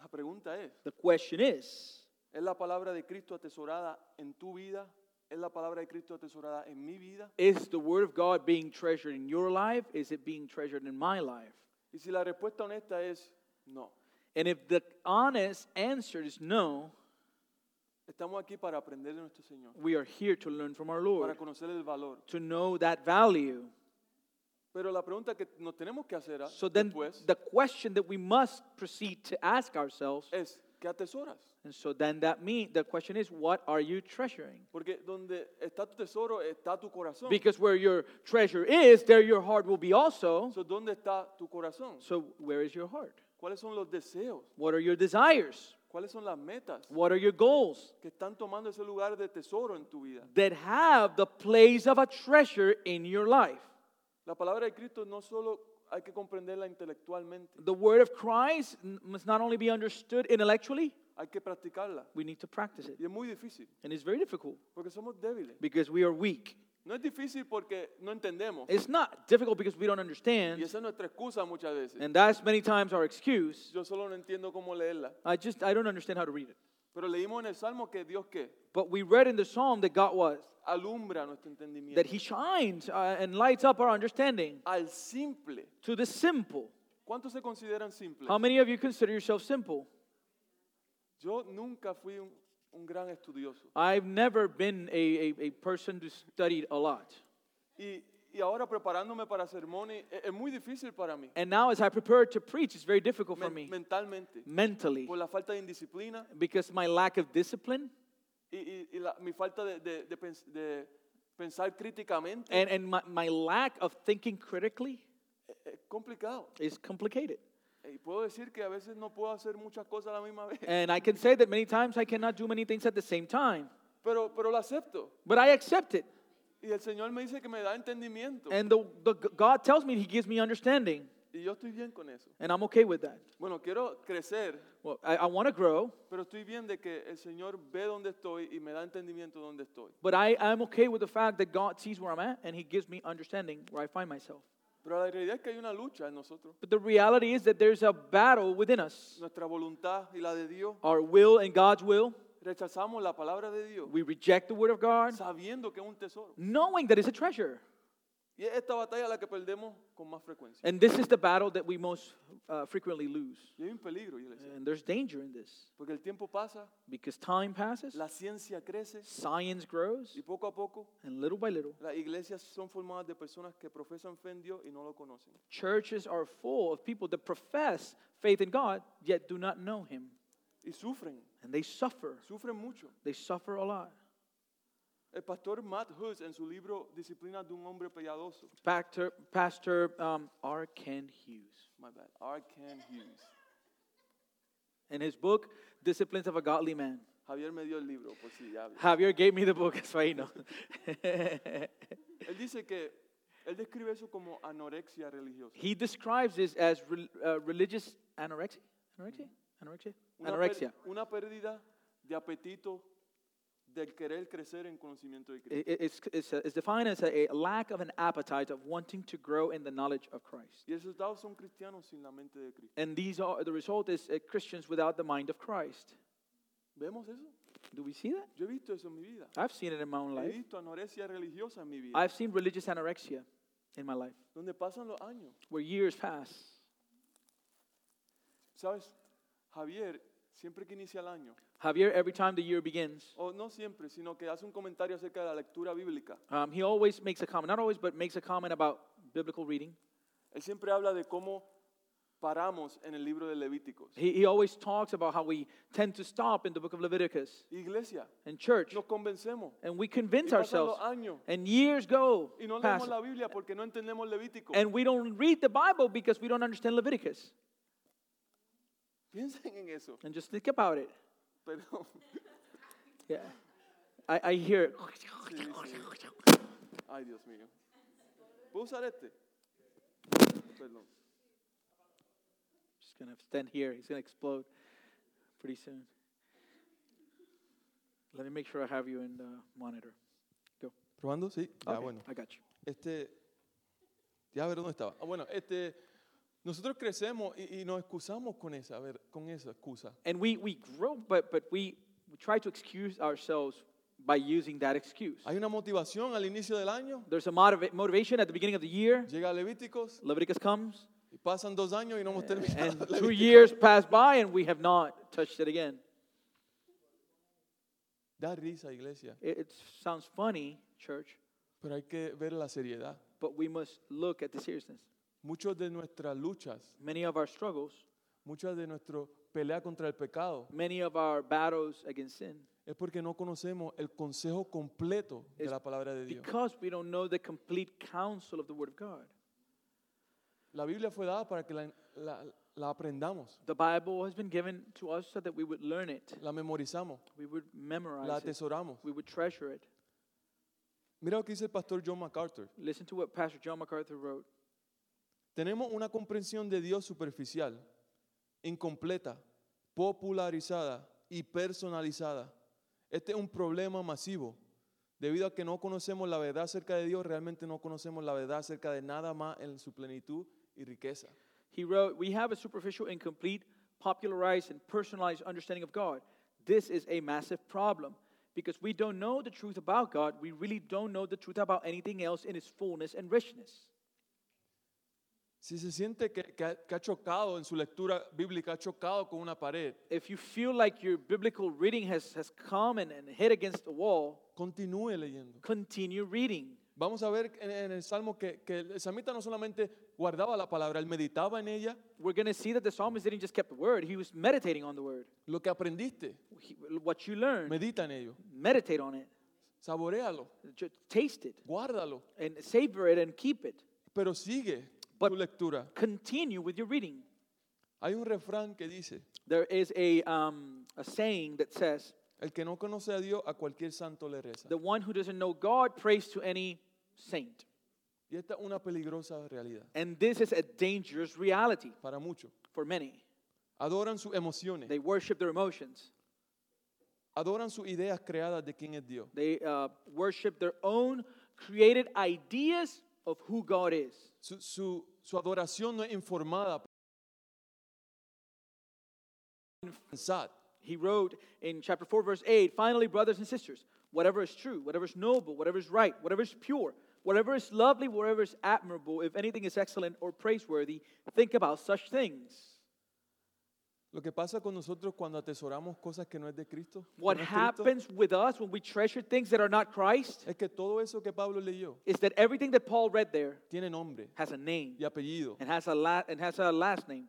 Speaker 2: La pregunta es,
Speaker 3: The question is
Speaker 2: ¿es la palabra de Cristo atesorada en tu vida? ¿Es la palabra de Cristo atesorada en mi vida?
Speaker 3: Is the word of God being treasured in your life? Is it being treasured in my life?
Speaker 2: Y si la respuesta honesta es no,
Speaker 3: And if the honest answer is no,
Speaker 2: estamos aquí para aprender de nuestro Señor,
Speaker 3: we are here to learn from our
Speaker 2: para
Speaker 3: Lord,
Speaker 2: conocer el valor.
Speaker 3: to know that value.
Speaker 2: Pero la pregunta que nos tenemos que hacer ah,
Speaker 3: So then,
Speaker 2: después
Speaker 3: the question that we must proceed to ask ourselves,
Speaker 2: es, ¿qué atesoras?
Speaker 3: and so then that means the question is, what are you treasuring?
Speaker 2: Porque donde está tu tesoro, está tu corazón.
Speaker 3: Because where your treasure is, there your heart will be also.
Speaker 2: So, ¿Dónde está tu corazón?
Speaker 3: So, where is your heart?
Speaker 2: ¿Cuáles son los deseos?
Speaker 3: What are your desires?
Speaker 2: ¿Cuáles son las metas
Speaker 3: What are your goals
Speaker 2: que están tomando ese lugar de tesoro en tu vida?
Speaker 3: that have the place of a treasure in your life?
Speaker 2: La palabra de Cristo no solo hay que comprenderla intelectualmente,
Speaker 3: The word of Christ n- must not only be understood intellectually,
Speaker 2: hay que practicarla.
Speaker 3: we need to practice it.
Speaker 2: Y es muy difícil,
Speaker 3: And it's very difficult
Speaker 2: porque somos débiles.
Speaker 3: because we are weak.
Speaker 2: No es difícil porque no entendemos.
Speaker 3: It's not difficult because we don't
Speaker 2: Y
Speaker 3: understand,
Speaker 2: esa es nuestra excusa muchas veces.
Speaker 3: and that's many times our excuse.
Speaker 2: Yo solo no entiendo cómo leerla.
Speaker 3: I just I don't understand how to read it.
Speaker 2: Pero leímos en el Salmo que Dios qué?
Speaker 3: But we read in the psalm that God was
Speaker 2: Alumbra nuestro
Speaker 3: that He
Speaker 2: entendimiento.
Speaker 3: shines uh, and lights up our understanding
Speaker 2: Al simple.
Speaker 3: to the simple.
Speaker 2: ¿Cuántos se consideran simples?
Speaker 3: How many of you consider yourself simple?
Speaker 2: Yo nunca fui un, un gran estudioso.
Speaker 3: I've never been a, a, a person who studied a lot.
Speaker 2: Y, y ahora preparándome para sermones e, es, es muy difícil para mí.
Speaker 3: And now, as I prepare to preach, it's very difficult for
Speaker 2: men-
Speaker 3: me
Speaker 2: mentalmente.
Speaker 3: mentally
Speaker 2: Por la falta de indisciplina
Speaker 3: because my lack of discipline
Speaker 2: y, y- y la- mi falta de, de- de pens- de pensar críticamente.
Speaker 3: and, and my, my lack of thinking critically
Speaker 2: es, es complicado.
Speaker 3: is complicated.
Speaker 2: Y puedo decir que a veces no puedo hacer muchas cosas a la misma vez. <laughs>
Speaker 3: And I can say that many times I cannot do many things at the same time,
Speaker 2: Pero, pero lo acepto.
Speaker 3: but I accept it.
Speaker 2: Y el Señor me dice que me da entendimiento.
Speaker 3: And the, the, God tells me He gives me understanding,
Speaker 2: Y yo estoy bien con eso.
Speaker 3: and I'm okay with that.
Speaker 2: Bueno, quiero crecer,
Speaker 3: Well, I, I want to grow,
Speaker 2: pero estoy bien de que el Señor ve dónde estoy y me da entendimiento dónde estoy.
Speaker 3: but I, I'm okay with the fact that God sees where I'm at and He gives me understanding where I find myself.
Speaker 2: Pero la realidad es que hay una lucha en nosotros.
Speaker 3: But the reality is that there's a battle within us
Speaker 2: Nuestra voluntad y la de Dios.
Speaker 3: our will and God's will.
Speaker 2: Rechazamos la palabra de Dios
Speaker 3: We reject the Word of God,
Speaker 2: sabiendo que es un tesoro.
Speaker 3: knowing that it's a treasure.
Speaker 2: Y es esta batalla la que perdemos con más frecuencia.
Speaker 3: And this is the battle that we most uh, frequently lose.
Speaker 2: Y hay un peligro, iglesia.
Speaker 3: And there's danger in this
Speaker 2: Porque el tiempo pasa,
Speaker 3: because time passes,
Speaker 2: la ciencia crece
Speaker 3: science grows,
Speaker 2: y poco a poco
Speaker 3: and little by little,
Speaker 2: las iglesias son formadas de personas que profesan fe en Dios y no lo conocen.
Speaker 3: churches are full of people that profess faith in God yet do not know Him.
Speaker 2: Y sufren,
Speaker 3: And they suffer.
Speaker 2: sufren mucho.
Speaker 3: They suffer a lot.
Speaker 2: El pastor Matt Hus en su libro Disciplina de un hombre piadoso,
Speaker 3: Pastor, Pastor um, R. Ken Hughes,
Speaker 2: my bad, R. Ken Hughes.
Speaker 3: in his book, Disciplines of a Godly Man,
Speaker 2: Javier me dio el libro, por si ya habla.
Speaker 3: Javier gave me the book, <laughs> that's why you know.
Speaker 2: Él dice que él describe eso como anorexia religiosa.
Speaker 3: he describes this as re- uh, religious anorexia. Anorexia? Anorexia?
Speaker 2: Una per-
Speaker 3: Anorexia.
Speaker 2: una pérdida de apetito del querer crecer en conocimiento de Cristo.
Speaker 3: I- i- It's, it's, uh, it's defined as a, a lack of an appetite of wanting to grow in the knowledge of Christ.
Speaker 2: Y el resultado son cristianos sin la mente de Cristo.
Speaker 3: And these are the result is uh, Christians without the mind of Christ.
Speaker 2: ¿Vemos eso?
Speaker 3: Do we see that?
Speaker 2: Yo he visto eso en mi vida.
Speaker 3: I've seen it in my own
Speaker 2: He
Speaker 3: life.
Speaker 2: visto anorexia religiosa en mi vida.
Speaker 3: I've seen religious anorexia in my life,
Speaker 2: donde pasan los años.
Speaker 3: where years pass.
Speaker 2: ¿Sabes? Javier, siempre que inicia el año,
Speaker 3: Javier, every time the year begins,
Speaker 2: o no siempre, sino que hace un comentario acerca de la lectura bíblica.
Speaker 3: um, he always makes a comment, not always, but makes a comment about biblical reading.
Speaker 2: Él siempre habla de cómo paramos en el libro de Levíticos.
Speaker 3: He, he always talks about how we tend to stop in the book of Leviticus
Speaker 2: Iglesia,
Speaker 3: and church,
Speaker 2: nos convencemos.
Speaker 3: and we
Speaker 2: Y
Speaker 3: convince
Speaker 2: pasan
Speaker 3: ourselves,
Speaker 2: los años
Speaker 3: and years go
Speaker 2: y no
Speaker 3: past,
Speaker 2: leemos la Biblia porque no entendemos Levítico.
Speaker 3: and we don't read the Bible because we don't understand Leviticus.
Speaker 2: Piensen en eso. <laughs>
Speaker 3: And just think about it.
Speaker 2: Perdón.
Speaker 3: Yeah. I, I hear it. Oh,
Speaker 2: Ay, Dios mío. ¿Puedo usar este? Perdón.
Speaker 3: just gonna stand here. He's gonna explode pretty soon. Let me make sure I have you in the monitor. Go.
Speaker 4: ¿Probando? Sí. Ah,
Speaker 3: Okay,
Speaker 4: bueno.
Speaker 3: I got you.
Speaker 4: Este. Ya, a ver dónde estaba. Ah, bueno, este. Nosotros crecemos y, y nos excusamos con esa, a ver, con esa excusa.
Speaker 3: And we we grow, but but we, we try to excuse ourselves by using that excuse.
Speaker 4: Hay una motivación al inicio del año.
Speaker 3: There's a motiva- motivation at the beginning of the year.
Speaker 4: Llega Levíticos
Speaker 3: Leviticus comes,
Speaker 4: y pasan dos años y no hemos terminado. <laughs>
Speaker 3: Eh, and two
Speaker 4: Levítico.
Speaker 3: years pass by, and we have not touched it again.
Speaker 4: Da risa, iglesia.
Speaker 3: It, it sounds funny, church,
Speaker 4: Pero hay que ver la seriedad.
Speaker 3: but we must look at the seriousness.
Speaker 4: Muchas de nuestras luchas,
Speaker 3: Many of our struggles,
Speaker 4: muchas de nuestra pelea contra el pecado,
Speaker 3: many of our battles against sin,
Speaker 4: es porque no conocemos el consejo completo de
Speaker 3: Es
Speaker 4: la palabra de Dios.
Speaker 3: because we don't know the complete counsel of the Word of God.
Speaker 4: La Biblia fue dada para que la- la- la aprendamos,
Speaker 3: The Bible has been given to us so that we would learn it,
Speaker 4: la memorizamos,
Speaker 3: we would
Speaker 4: la
Speaker 3: memorize it,
Speaker 4: atesoramos.
Speaker 3: we would treasure it.
Speaker 2: Mira lo que dice el pastor John MacArthur.
Speaker 3: Listen to what Pastor John MacArthur wrote.
Speaker 2: Tenemos una comprensión de Dios superficial, incompleta, popularizada y personalizada. Este es un problema masivo. Debido a que no conocemos la verdad acerca de Dios, realmente no conocemos la verdad acerca de nada más en su plenitud y riqueza.
Speaker 3: He wrote, We have a superficial, incomplete, popularized, and personalized understanding of God. This is a massive problem because we don't know the truth about God. We really don't know the truth about anything else in its fullness and richness.
Speaker 2: Si se siente que, que ha- que ha chocado en su lectura bíblica, ha chocado con una pared,
Speaker 3: If you feel like your biblical reading has, has come and, and hit against the wall,
Speaker 2: continúe leyendo.
Speaker 3: continue reading.
Speaker 2: Vamos a ver en, en el Salmo que, que el samita no solamente guardaba la palabra, él meditaba en ella.
Speaker 3: We're going to see that the psalmist didn't just kept the word, he was meditating on the word.
Speaker 2: Lo que aprendiste,
Speaker 3: He- what you learn,
Speaker 2: medita en ello,
Speaker 3: meditate on it,
Speaker 2: saborealo,
Speaker 3: just taste it,
Speaker 2: guárdalo,
Speaker 3: and savor it and keep it.
Speaker 2: pero sigue tu
Speaker 3: But-
Speaker 2: lectura.
Speaker 3: Continue with your reading.
Speaker 2: Hay un refrán que dice,
Speaker 3: There is a, um, a saying that says,
Speaker 2: el que no conoce a Dios, a cualquier santo le reza.
Speaker 3: The one who doesn't know God prays to any saint.
Speaker 2: Y esta es una peligrosa realidad
Speaker 3: And this is a dangerous reality
Speaker 2: para muchos.
Speaker 3: for many.
Speaker 2: Adoran sus emociones,
Speaker 3: They worship their emotions,
Speaker 2: adoran sus ideas creadas de quién es Dios.
Speaker 3: they uh, worship their own created ideas of who God is.
Speaker 2: Su, su- su adoración no es informada. Pensad.
Speaker 3: He wrote in chapter 4, verse 8 Finally, brothers and sisters, whatever is true, whatever is noble, whatever is right, whatever is pure, whatever is lovely, whatever is admirable, if anything is excellent or praiseworthy, think about such things.
Speaker 2: Lo que pasa con nosotros cuando atesoramos cosas que no es de Cristo, que
Speaker 3: What
Speaker 2: no es Cristo,
Speaker 3: happens with us when we treasure things that are not Christ
Speaker 2: es que todo eso que Pablo leyó
Speaker 3: is that everything that Paul read there
Speaker 2: tiene nombre
Speaker 3: has a name
Speaker 2: y apellido.
Speaker 3: and has a, la- and has a last name.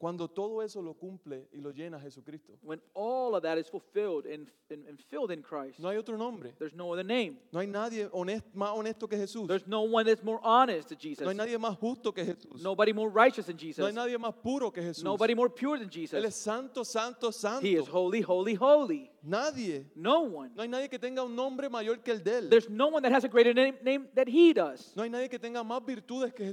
Speaker 2: Cuando todo eso lo cumple y lo llena Jesucristo,
Speaker 3: When all of that is fulfilled and, and, and filled in Christ,
Speaker 2: no hay otro nombre.
Speaker 3: there's no other name.
Speaker 2: No hay nadie honest- más honesto que Jesús.
Speaker 3: There's no one that's more honest than Jesus.
Speaker 2: No hay nadie más justo que Jesús.
Speaker 3: Nobody more righteous than
Speaker 2: No hay
Speaker 3: Jesus.
Speaker 2: nadie más puro que Jesús.
Speaker 3: Nobody more pure than
Speaker 2: Él es
Speaker 3: Jesus.
Speaker 2: santo, santo,
Speaker 3: He is
Speaker 2: santo.
Speaker 3: holy, holy, holy.
Speaker 2: Nadie.
Speaker 3: No one.
Speaker 2: No hay nadie que tenga un nombre mayor que el de él.
Speaker 3: There's no one that has a greater name, name that he does.
Speaker 2: No hay nadie que tenga más virtudes que
Speaker 3: No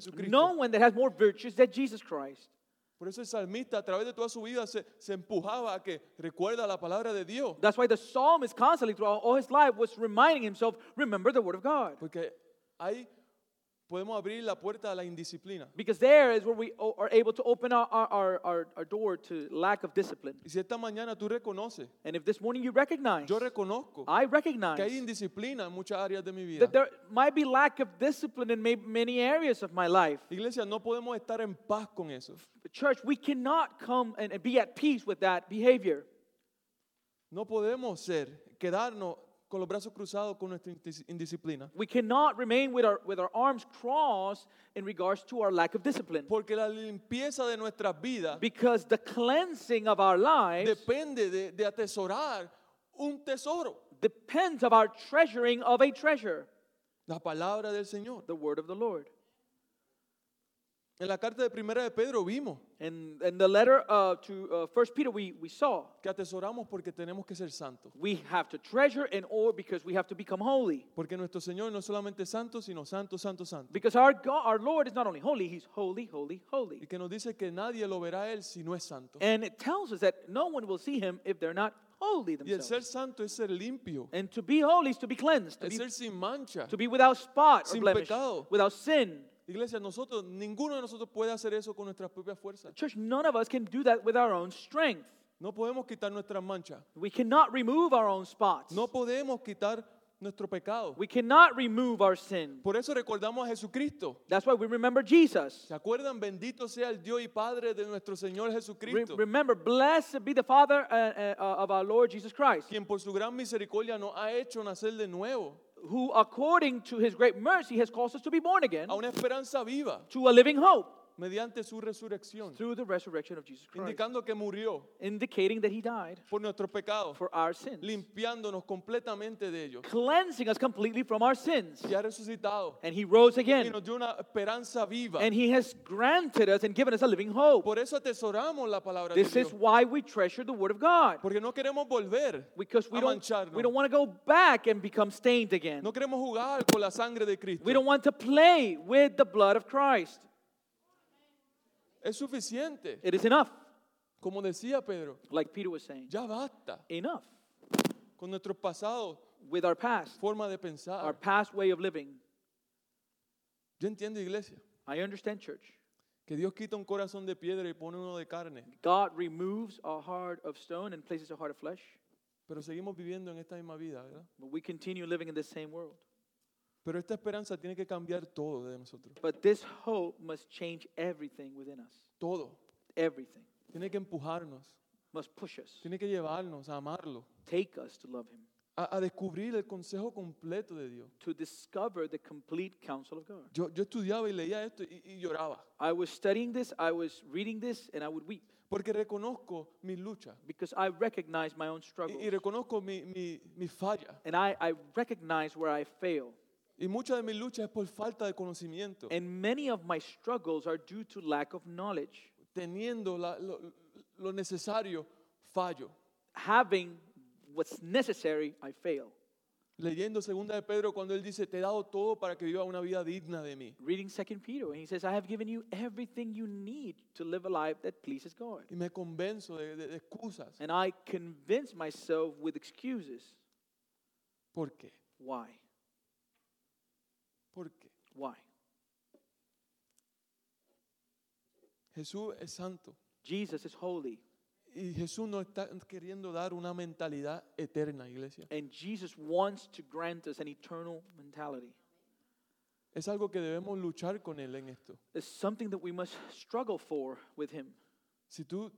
Speaker 2: Jesucristo.
Speaker 3: one that has more virtues than Jesus Christ.
Speaker 2: Por eso el salmista a través de toda su vida se, se empujaba a que recuerda la palabra de Dios.
Speaker 3: That's why the psalmist constantly throughout all his life was reminding himself, remember the word of God.
Speaker 2: Porque ahí podemos abrir la puerta a la indisciplina.
Speaker 3: Because there is where we o- are able to open our, our, our, our, our door to lack of discipline.
Speaker 2: Y si esta mañana tú reconoces,
Speaker 3: And if this morning you recognize,
Speaker 2: yo reconozco que
Speaker 3: I
Speaker 2: hay
Speaker 3: recognize
Speaker 2: indisciplina en muchas áreas de mi vida.
Speaker 3: that Ah, there might be lack of discipline in may, many areas of my life.
Speaker 2: Iglesia, no podemos estar en paz con eso.
Speaker 3: Church, we cannot come and, and be at peace with that behavior.
Speaker 2: No podemos ser, quedarnos con los brazos cruzados con nuestra indis- indisciplina.
Speaker 3: We cannot remain with our, with our arms crossed in regards to our lack of discipline.
Speaker 2: Porque la limpieza de nuestras vidas
Speaker 3: Because the cleansing of our lives
Speaker 2: depende de, de atesorar un tesoro,
Speaker 3: depends of our treasuring of a treasure,
Speaker 2: la palabra del Señor.
Speaker 3: the word of the Lord.
Speaker 2: En la carta de primera de Pedro vimos
Speaker 3: And in the letter uh, to uh, 1 Peter, we, we saw
Speaker 2: que atesoramos porque tenemos que ser santos.
Speaker 3: we have to treasure in awe because we have to become holy.
Speaker 2: Porque nuestro Señor no es solamente santo, sino santo, santo, santo.
Speaker 3: Because our God, our Lord is not only holy, He's holy, holy,
Speaker 2: Y
Speaker 3: holy.
Speaker 2: que nos dice que nadie lo verá a Él si no es santo.
Speaker 3: And it tells us that no one will see Him if they're not holy
Speaker 2: Y el
Speaker 3: themselves.
Speaker 2: ser santo es ser limpio,
Speaker 3: And to be holy is to be cleansed, to
Speaker 2: es
Speaker 3: be,
Speaker 2: ser sin mancha.
Speaker 3: to be without spot or
Speaker 2: sin
Speaker 3: blemish,
Speaker 2: pecado.
Speaker 3: without sin.
Speaker 2: Iglesia, nosotros, ninguno de nosotros puede hacer eso con nuestras propias fuerzas.
Speaker 3: Church, none of us can do that with our own strength.
Speaker 2: No podemos quitar nuestras manchas.
Speaker 3: We cannot remove our own spots.
Speaker 2: No podemos quitar nuestro pecado.
Speaker 3: We cannot remove our sin.
Speaker 2: Por eso recordamos a Jesucristo.
Speaker 3: That's why we remember Jesus.
Speaker 2: ¿Se acuerdan? Bendito sea el Dios y Padre de nuestro Señor
Speaker 3: Re-
Speaker 2: Jesucristo,
Speaker 3: remember, blessed be the Father uh, uh, uh, of our Lord Jesus Christ,
Speaker 2: quien por su gran misericordia nos ha hecho nacer de nuevo
Speaker 3: who according to his great mercy has caused us to be born again
Speaker 2: a una esperanza viva,
Speaker 3: to a living hope
Speaker 2: mediante su resurrección,
Speaker 3: through the resurrection of Jesus Christ,
Speaker 2: indicando que murió
Speaker 3: indicating that he died
Speaker 2: por nuestros pecados,
Speaker 3: for our sins,
Speaker 2: limpiándonos completamente de ellos.
Speaker 3: cleansing us completely from our sins.
Speaker 2: Y ha resucitado
Speaker 3: And he rose
Speaker 2: y
Speaker 3: again,
Speaker 2: nos dio una esperanza viva.
Speaker 3: and he has granted us and given us a living hope.
Speaker 2: Por eso atesoramos la palabra de
Speaker 3: This is
Speaker 2: Dios.
Speaker 3: why we treasure the Word of God.
Speaker 2: Porque no queremos volver
Speaker 3: Because we
Speaker 2: a
Speaker 3: don't, we
Speaker 2: mancharnos.
Speaker 3: don't want to go back and become stained again.
Speaker 2: No queremos jugar con la sangre de Cristo.
Speaker 3: We don't want to play with the blood of Christ.
Speaker 2: Es suficiente.
Speaker 3: It is enough,
Speaker 2: Como decía Pedro,
Speaker 3: like Peter was saying.
Speaker 2: ya basta
Speaker 3: Enough
Speaker 2: con nuestros pasados,
Speaker 3: with our past,
Speaker 2: forma de
Speaker 3: our
Speaker 2: pensar.
Speaker 3: past way of living.
Speaker 2: Yo entiendo, iglesia,
Speaker 3: I understand, church.
Speaker 2: que Dios quita un corazón de piedra y pone uno de carne,
Speaker 3: God removes a heart of stone and places a heart of flesh,
Speaker 2: pero seguimos viviendo en esta misma vida, ¿verdad?
Speaker 3: but we continue living in this same world.
Speaker 2: Pero esta esperanza tiene que cambiar todo de nosotros,
Speaker 3: But this hope must change everything within us.
Speaker 2: todo.
Speaker 3: Everything
Speaker 2: Tiene que empujarnos,
Speaker 3: must push us,
Speaker 2: tiene que llevarnos a amarlo,
Speaker 3: take us to love Him,
Speaker 2: a, a descubrir el consejo completo de Dios.
Speaker 3: to discover the complete counsel of God.
Speaker 2: Yo, yo estudiaba y leía esto y- y lloraba,
Speaker 3: I was studying this, I was reading this, and I would weep
Speaker 2: porque reconozco mi lucha
Speaker 3: because I recognize my own struggles.
Speaker 2: y, y reconozco mi, mi, mi falla.
Speaker 3: And I, I recognize where I fail.
Speaker 2: Y mucha de mi lucha es por falta de conocimiento,
Speaker 3: And many of my struggles are due to lack of knowledge.
Speaker 2: teniendo la- lo, lo necesario, fallo.
Speaker 3: Having what's necessary, I fail.
Speaker 2: Leyendo segunda de Pedro cuando él dice, te he dado todo para que viva una vida digna de mí.
Speaker 3: Reading 2 Peter, and he says, I have given you everything you need to live a life that pleases God.
Speaker 2: Y me convenzo de, de- de excusas.
Speaker 3: And I convince myself with excuses.
Speaker 2: ¿Por qué?
Speaker 3: Why?
Speaker 2: ¿Por qué?
Speaker 3: Why?
Speaker 2: Jesús es santo
Speaker 3: Jesus is holy,
Speaker 2: y Jesús nos está queriendo dar una mentalidad eterna, iglesia.
Speaker 3: and Jesus wants to grant us an eternal mentality.
Speaker 2: Es algo que debemos luchar con él en esto.
Speaker 3: It's something that we must struggle for with Him.
Speaker 2: Si tú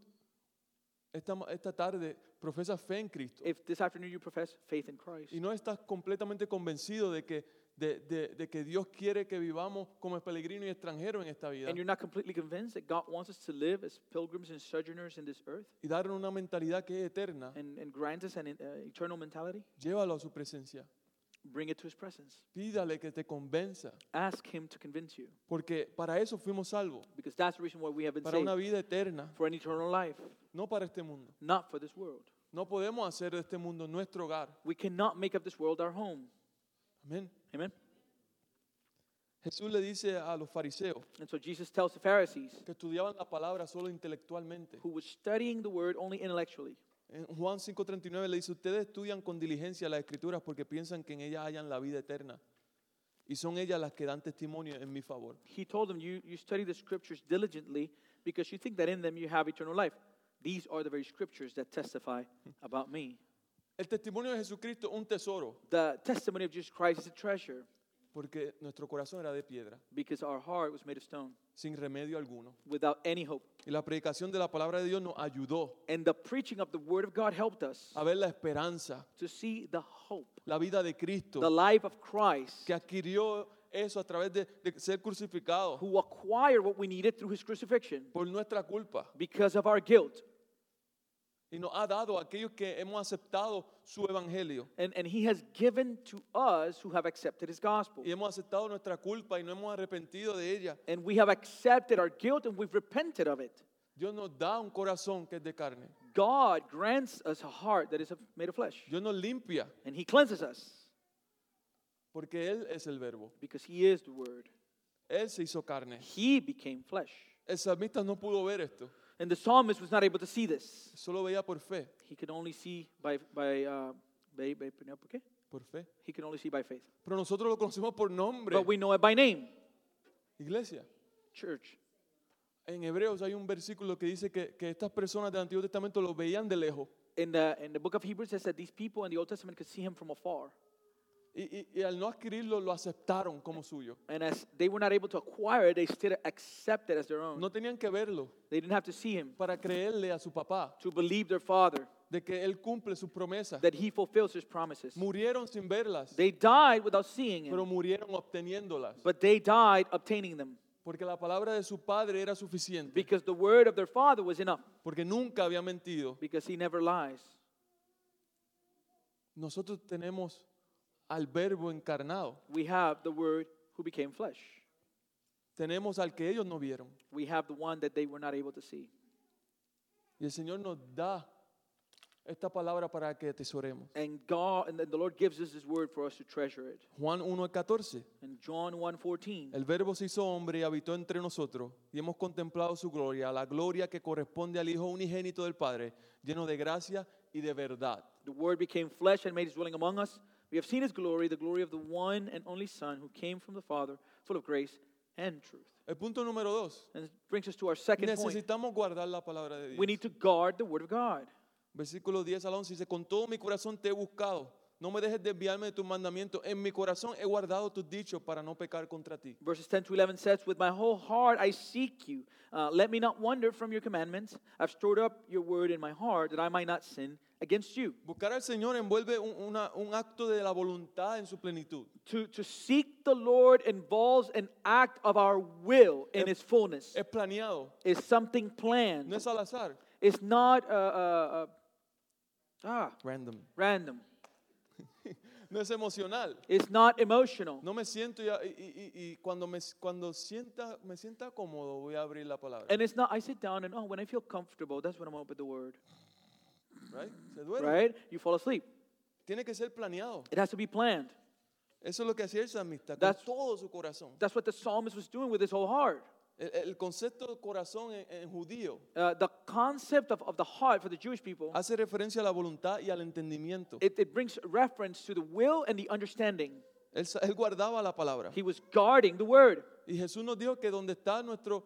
Speaker 2: esta, ma- esta tarde profesas fe en Cristo
Speaker 3: If this afternoon you profess faith in Christ,
Speaker 2: y no estás completamente convencido de que, de, de- de que Dios quiere que vivamos como peregrinos y extranjeros en esta vida
Speaker 3: and you're not completely convinced that God wants us to live as pilgrims and sojourners in this earth
Speaker 2: y darnos una mentalidad que es eterna,
Speaker 3: and, and grant us an uh, eternal mentality,
Speaker 2: llévalo a su presencia.
Speaker 3: bring it to His presence.
Speaker 2: Pídale que te convenza,
Speaker 3: Ask Him to convince you
Speaker 2: porque para eso fuimos salvos,
Speaker 3: because that's the reason why we have been
Speaker 2: para una
Speaker 3: saved
Speaker 2: vida eterna,
Speaker 3: for an eternal life,
Speaker 2: no para este mundo.
Speaker 3: not for this world.
Speaker 2: No podemos hacer de este mundo nuestro hogar.
Speaker 3: We cannot make up this world our home.
Speaker 2: Amén.
Speaker 3: Amen?
Speaker 2: Jesús le dice a los fariseos
Speaker 3: And so Jesus tells the Pharisees
Speaker 2: que estudiaban la palabra solo intelectualmente.
Speaker 3: who were studying the word only intellectually.
Speaker 2: En Juan 5:39 le dice, ustedes estudian con diligencia las escrituras porque piensan que en ellas hallan la vida eterna. Y son ellas las que dan testimonio en mi favor.
Speaker 3: He told them, you, you study the scriptures diligently because you think that in them you have eternal life. These are the very scriptures that testify about me.
Speaker 2: El testimonio de Jesucristo es un tesoro
Speaker 3: The testimony of Jesus Christ is a treasure
Speaker 2: porque nuestro corazón era de piedra,
Speaker 3: because our heart was made of stone
Speaker 2: sin remedio alguno.
Speaker 3: without any hope.
Speaker 2: Y la predicación de la palabra de Dios nos ayudó
Speaker 3: And the preaching of the word of God helped us
Speaker 2: a ver la esperanza,
Speaker 3: to see the hope,
Speaker 2: la vida de Cristo,
Speaker 3: the life of Christ
Speaker 2: que adquirió eso a través de, de ser crucificado
Speaker 3: who acquired what we needed through his crucifixion
Speaker 2: por nuestra culpa.
Speaker 3: because of our guilt.
Speaker 2: Y nos ha dado a aquellos que hemos aceptado su evangelio.
Speaker 3: And, and he has given to us who have accepted his gospel.
Speaker 2: Y hemos aceptado nuestra culpa y no hemos arrepentido de ella.
Speaker 3: and we have accepted our guilt and we've repented of it.
Speaker 2: Dios nos da un corazón que es de carne.
Speaker 3: God grants us a heart that is of- made of flesh,
Speaker 2: Dios nos limpia
Speaker 3: and He cleanses us
Speaker 2: porque Él es el verbo.
Speaker 3: because He is the Word.
Speaker 2: Él se hizo carne.
Speaker 3: He became flesh.
Speaker 2: El salmista no pudo ver esto.
Speaker 3: And the psalmist was not able to see this.
Speaker 2: Solo veía por fe.
Speaker 3: He could only see by, by, uh, by, by okay?
Speaker 2: Por fe.
Speaker 3: He could only see by faith.
Speaker 2: Pero nosotros lo conocemos por nombre.
Speaker 3: But we know it by name,
Speaker 2: Iglesia.
Speaker 3: church.
Speaker 2: En Hebreos hay un versículo que dice que, que estas personas del Antiguo Testamento lo veían de lejos.
Speaker 3: In the, in the book of Hebrews, it says that these people in the Old Testament could see Him from afar.
Speaker 2: Y, y- y al no adquirirlo, lo aceptaron como suyo.
Speaker 3: And as they were not able to acquire it, they still accept it as their own.
Speaker 2: No tenían que verlo
Speaker 3: They didn't have to see Him
Speaker 2: para creerle a su papá
Speaker 3: to believe their Father.
Speaker 2: de que él cumple sus promesas.
Speaker 3: that he fulfills his promises.
Speaker 2: Murieron sin verlas,
Speaker 3: They died without seeing
Speaker 2: pero
Speaker 3: him,
Speaker 2: murieron obteniéndolas.
Speaker 3: but they died obtaining them
Speaker 2: porque la palabra de su padre era suficiente,
Speaker 3: because the word of their father was enough,
Speaker 2: porque nunca había mentido.
Speaker 3: because he never lies.
Speaker 2: Nosotros tenemos al verbo encarnado,
Speaker 3: We have the word who became flesh.
Speaker 2: tenemos al que ellos no vieron.
Speaker 3: We have the one that they were not able to see.
Speaker 2: Y el Señor nos da esta palabra para que atesoremos.
Speaker 3: And God and the Lord gives us his word for us to treasure it.
Speaker 2: Juan 1.14,
Speaker 3: And John 1:14,
Speaker 2: el verbo se hizo hombre y habitó entre nosotros y hemos contemplado su gloria, la gloria que corresponde al Hijo unigénito del Padre, lleno de gracia y de verdad.
Speaker 3: the word became flesh and made his dwelling among us. We have seen his glory, the glory of the one and only Son who came from the Father, full of grace and truth.
Speaker 2: El punto número dos,
Speaker 3: And it brings us to our second point.
Speaker 2: necesitamos guardar la palabra de
Speaker 3: We need
Speaker 2: Dios.
Speaker 3: to guard the word of God.
Speaker 2: Versículo 10 al 11 dice, con todo mi corazón te he buscado, no me dejes desviarme de tus mandamientos, en mi corazón he guardado tus dichos para no pecar contra ti.
Speaker 3: Verses 10 to 11 says, With my whole heart I seek you. Uh, let me not wander from your commandments. I've stored up your word in my heart that I might not sin against you.
Speaker 2: Buscar al Señor envuelve un, una- un acto de la voluntad en su plenitud.
Speaker 3: To, to seek the Lord involves an act of our will in its fullness.
Speaker 2: Es planeado,
Speaker 3: Is something planned.
Speaker 2: no es al azar.
Speaker 3: It's not uh, uh, uh, ah,
Speaker 2: Random.
Speaker 3: random.
Speaker 2: No es emocional.
Speaker 3: It's not emotional.
Speaker 2: No me siento y, y- y- y cuando, me, cuando sienta, me sienta cómodo voy a abrir la palabra.
Speaker 3: And it's not, I sit down and, oh, when I feel comfortable, that's when I'm open the word.
Speaker 2: Right? Se duerme.
Speaker 3: Right? You fall asleep.
Speaker 2: Tiene que ser planeado.
Speaker 3: It has to be planned.
Speaker 2: Eso es lo que hacía el salmista con
Speaker 3: That's-
Speaker 2: todo su corazón.
Speaker 3: That's what the psalmist was doing with his whole heart.
Speaker 2: El, el concepto de corazón en, en judío
Speaker 3: Uh, the concept of, of the heart for the Jewish people,
Speaker 2: hace referencia a la voluntad y al entendimiento.
Speaker 3: it, it brings reference to the will and the understanding.
Speaker 2: Él, sa- él guardaba la palabra.
Speaker 3: He was guarding the word.
Speaker 2: Y Jesús nos dijo que donde está nuestro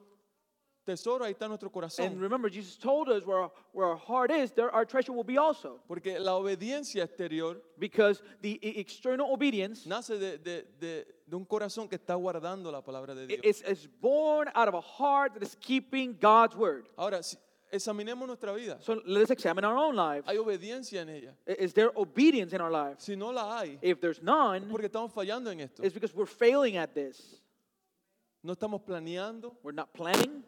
Speaker 2: tesoro, ahí está nuestro
Speaker 3: And
Speaker 2: corazón.
Speaker 3: remember, Jesus told us where our, where our heart is, there our treasure will be also.
Speaker 2: Porque la obediencia exterior
Speaker 3: Because the e- external obedience
Speaker 2: nace de, de- de- de un corazón que está guardando la palabra de
Speaker 3: i-
Speaker 2: Dios.
Speaker 3: is, is born out of a heart that is keeping God's word.
Speaker 2: Ahora, si- examinemos nuestra vida.
Speaker 3: So let's examine our own lives.
Speaker 2: Hay obediencia en ella.
Speaker 3: I- Is there obedience in our lives?
Speaker 2: Si no la hay,
Speaker 3: If there's none,
Speaker 2: porque estamos fallando en esto.
Speaker 3: it's because we're failing at this.
Speaker 2: No estamos planeando,
Speaker 3: We're not planning,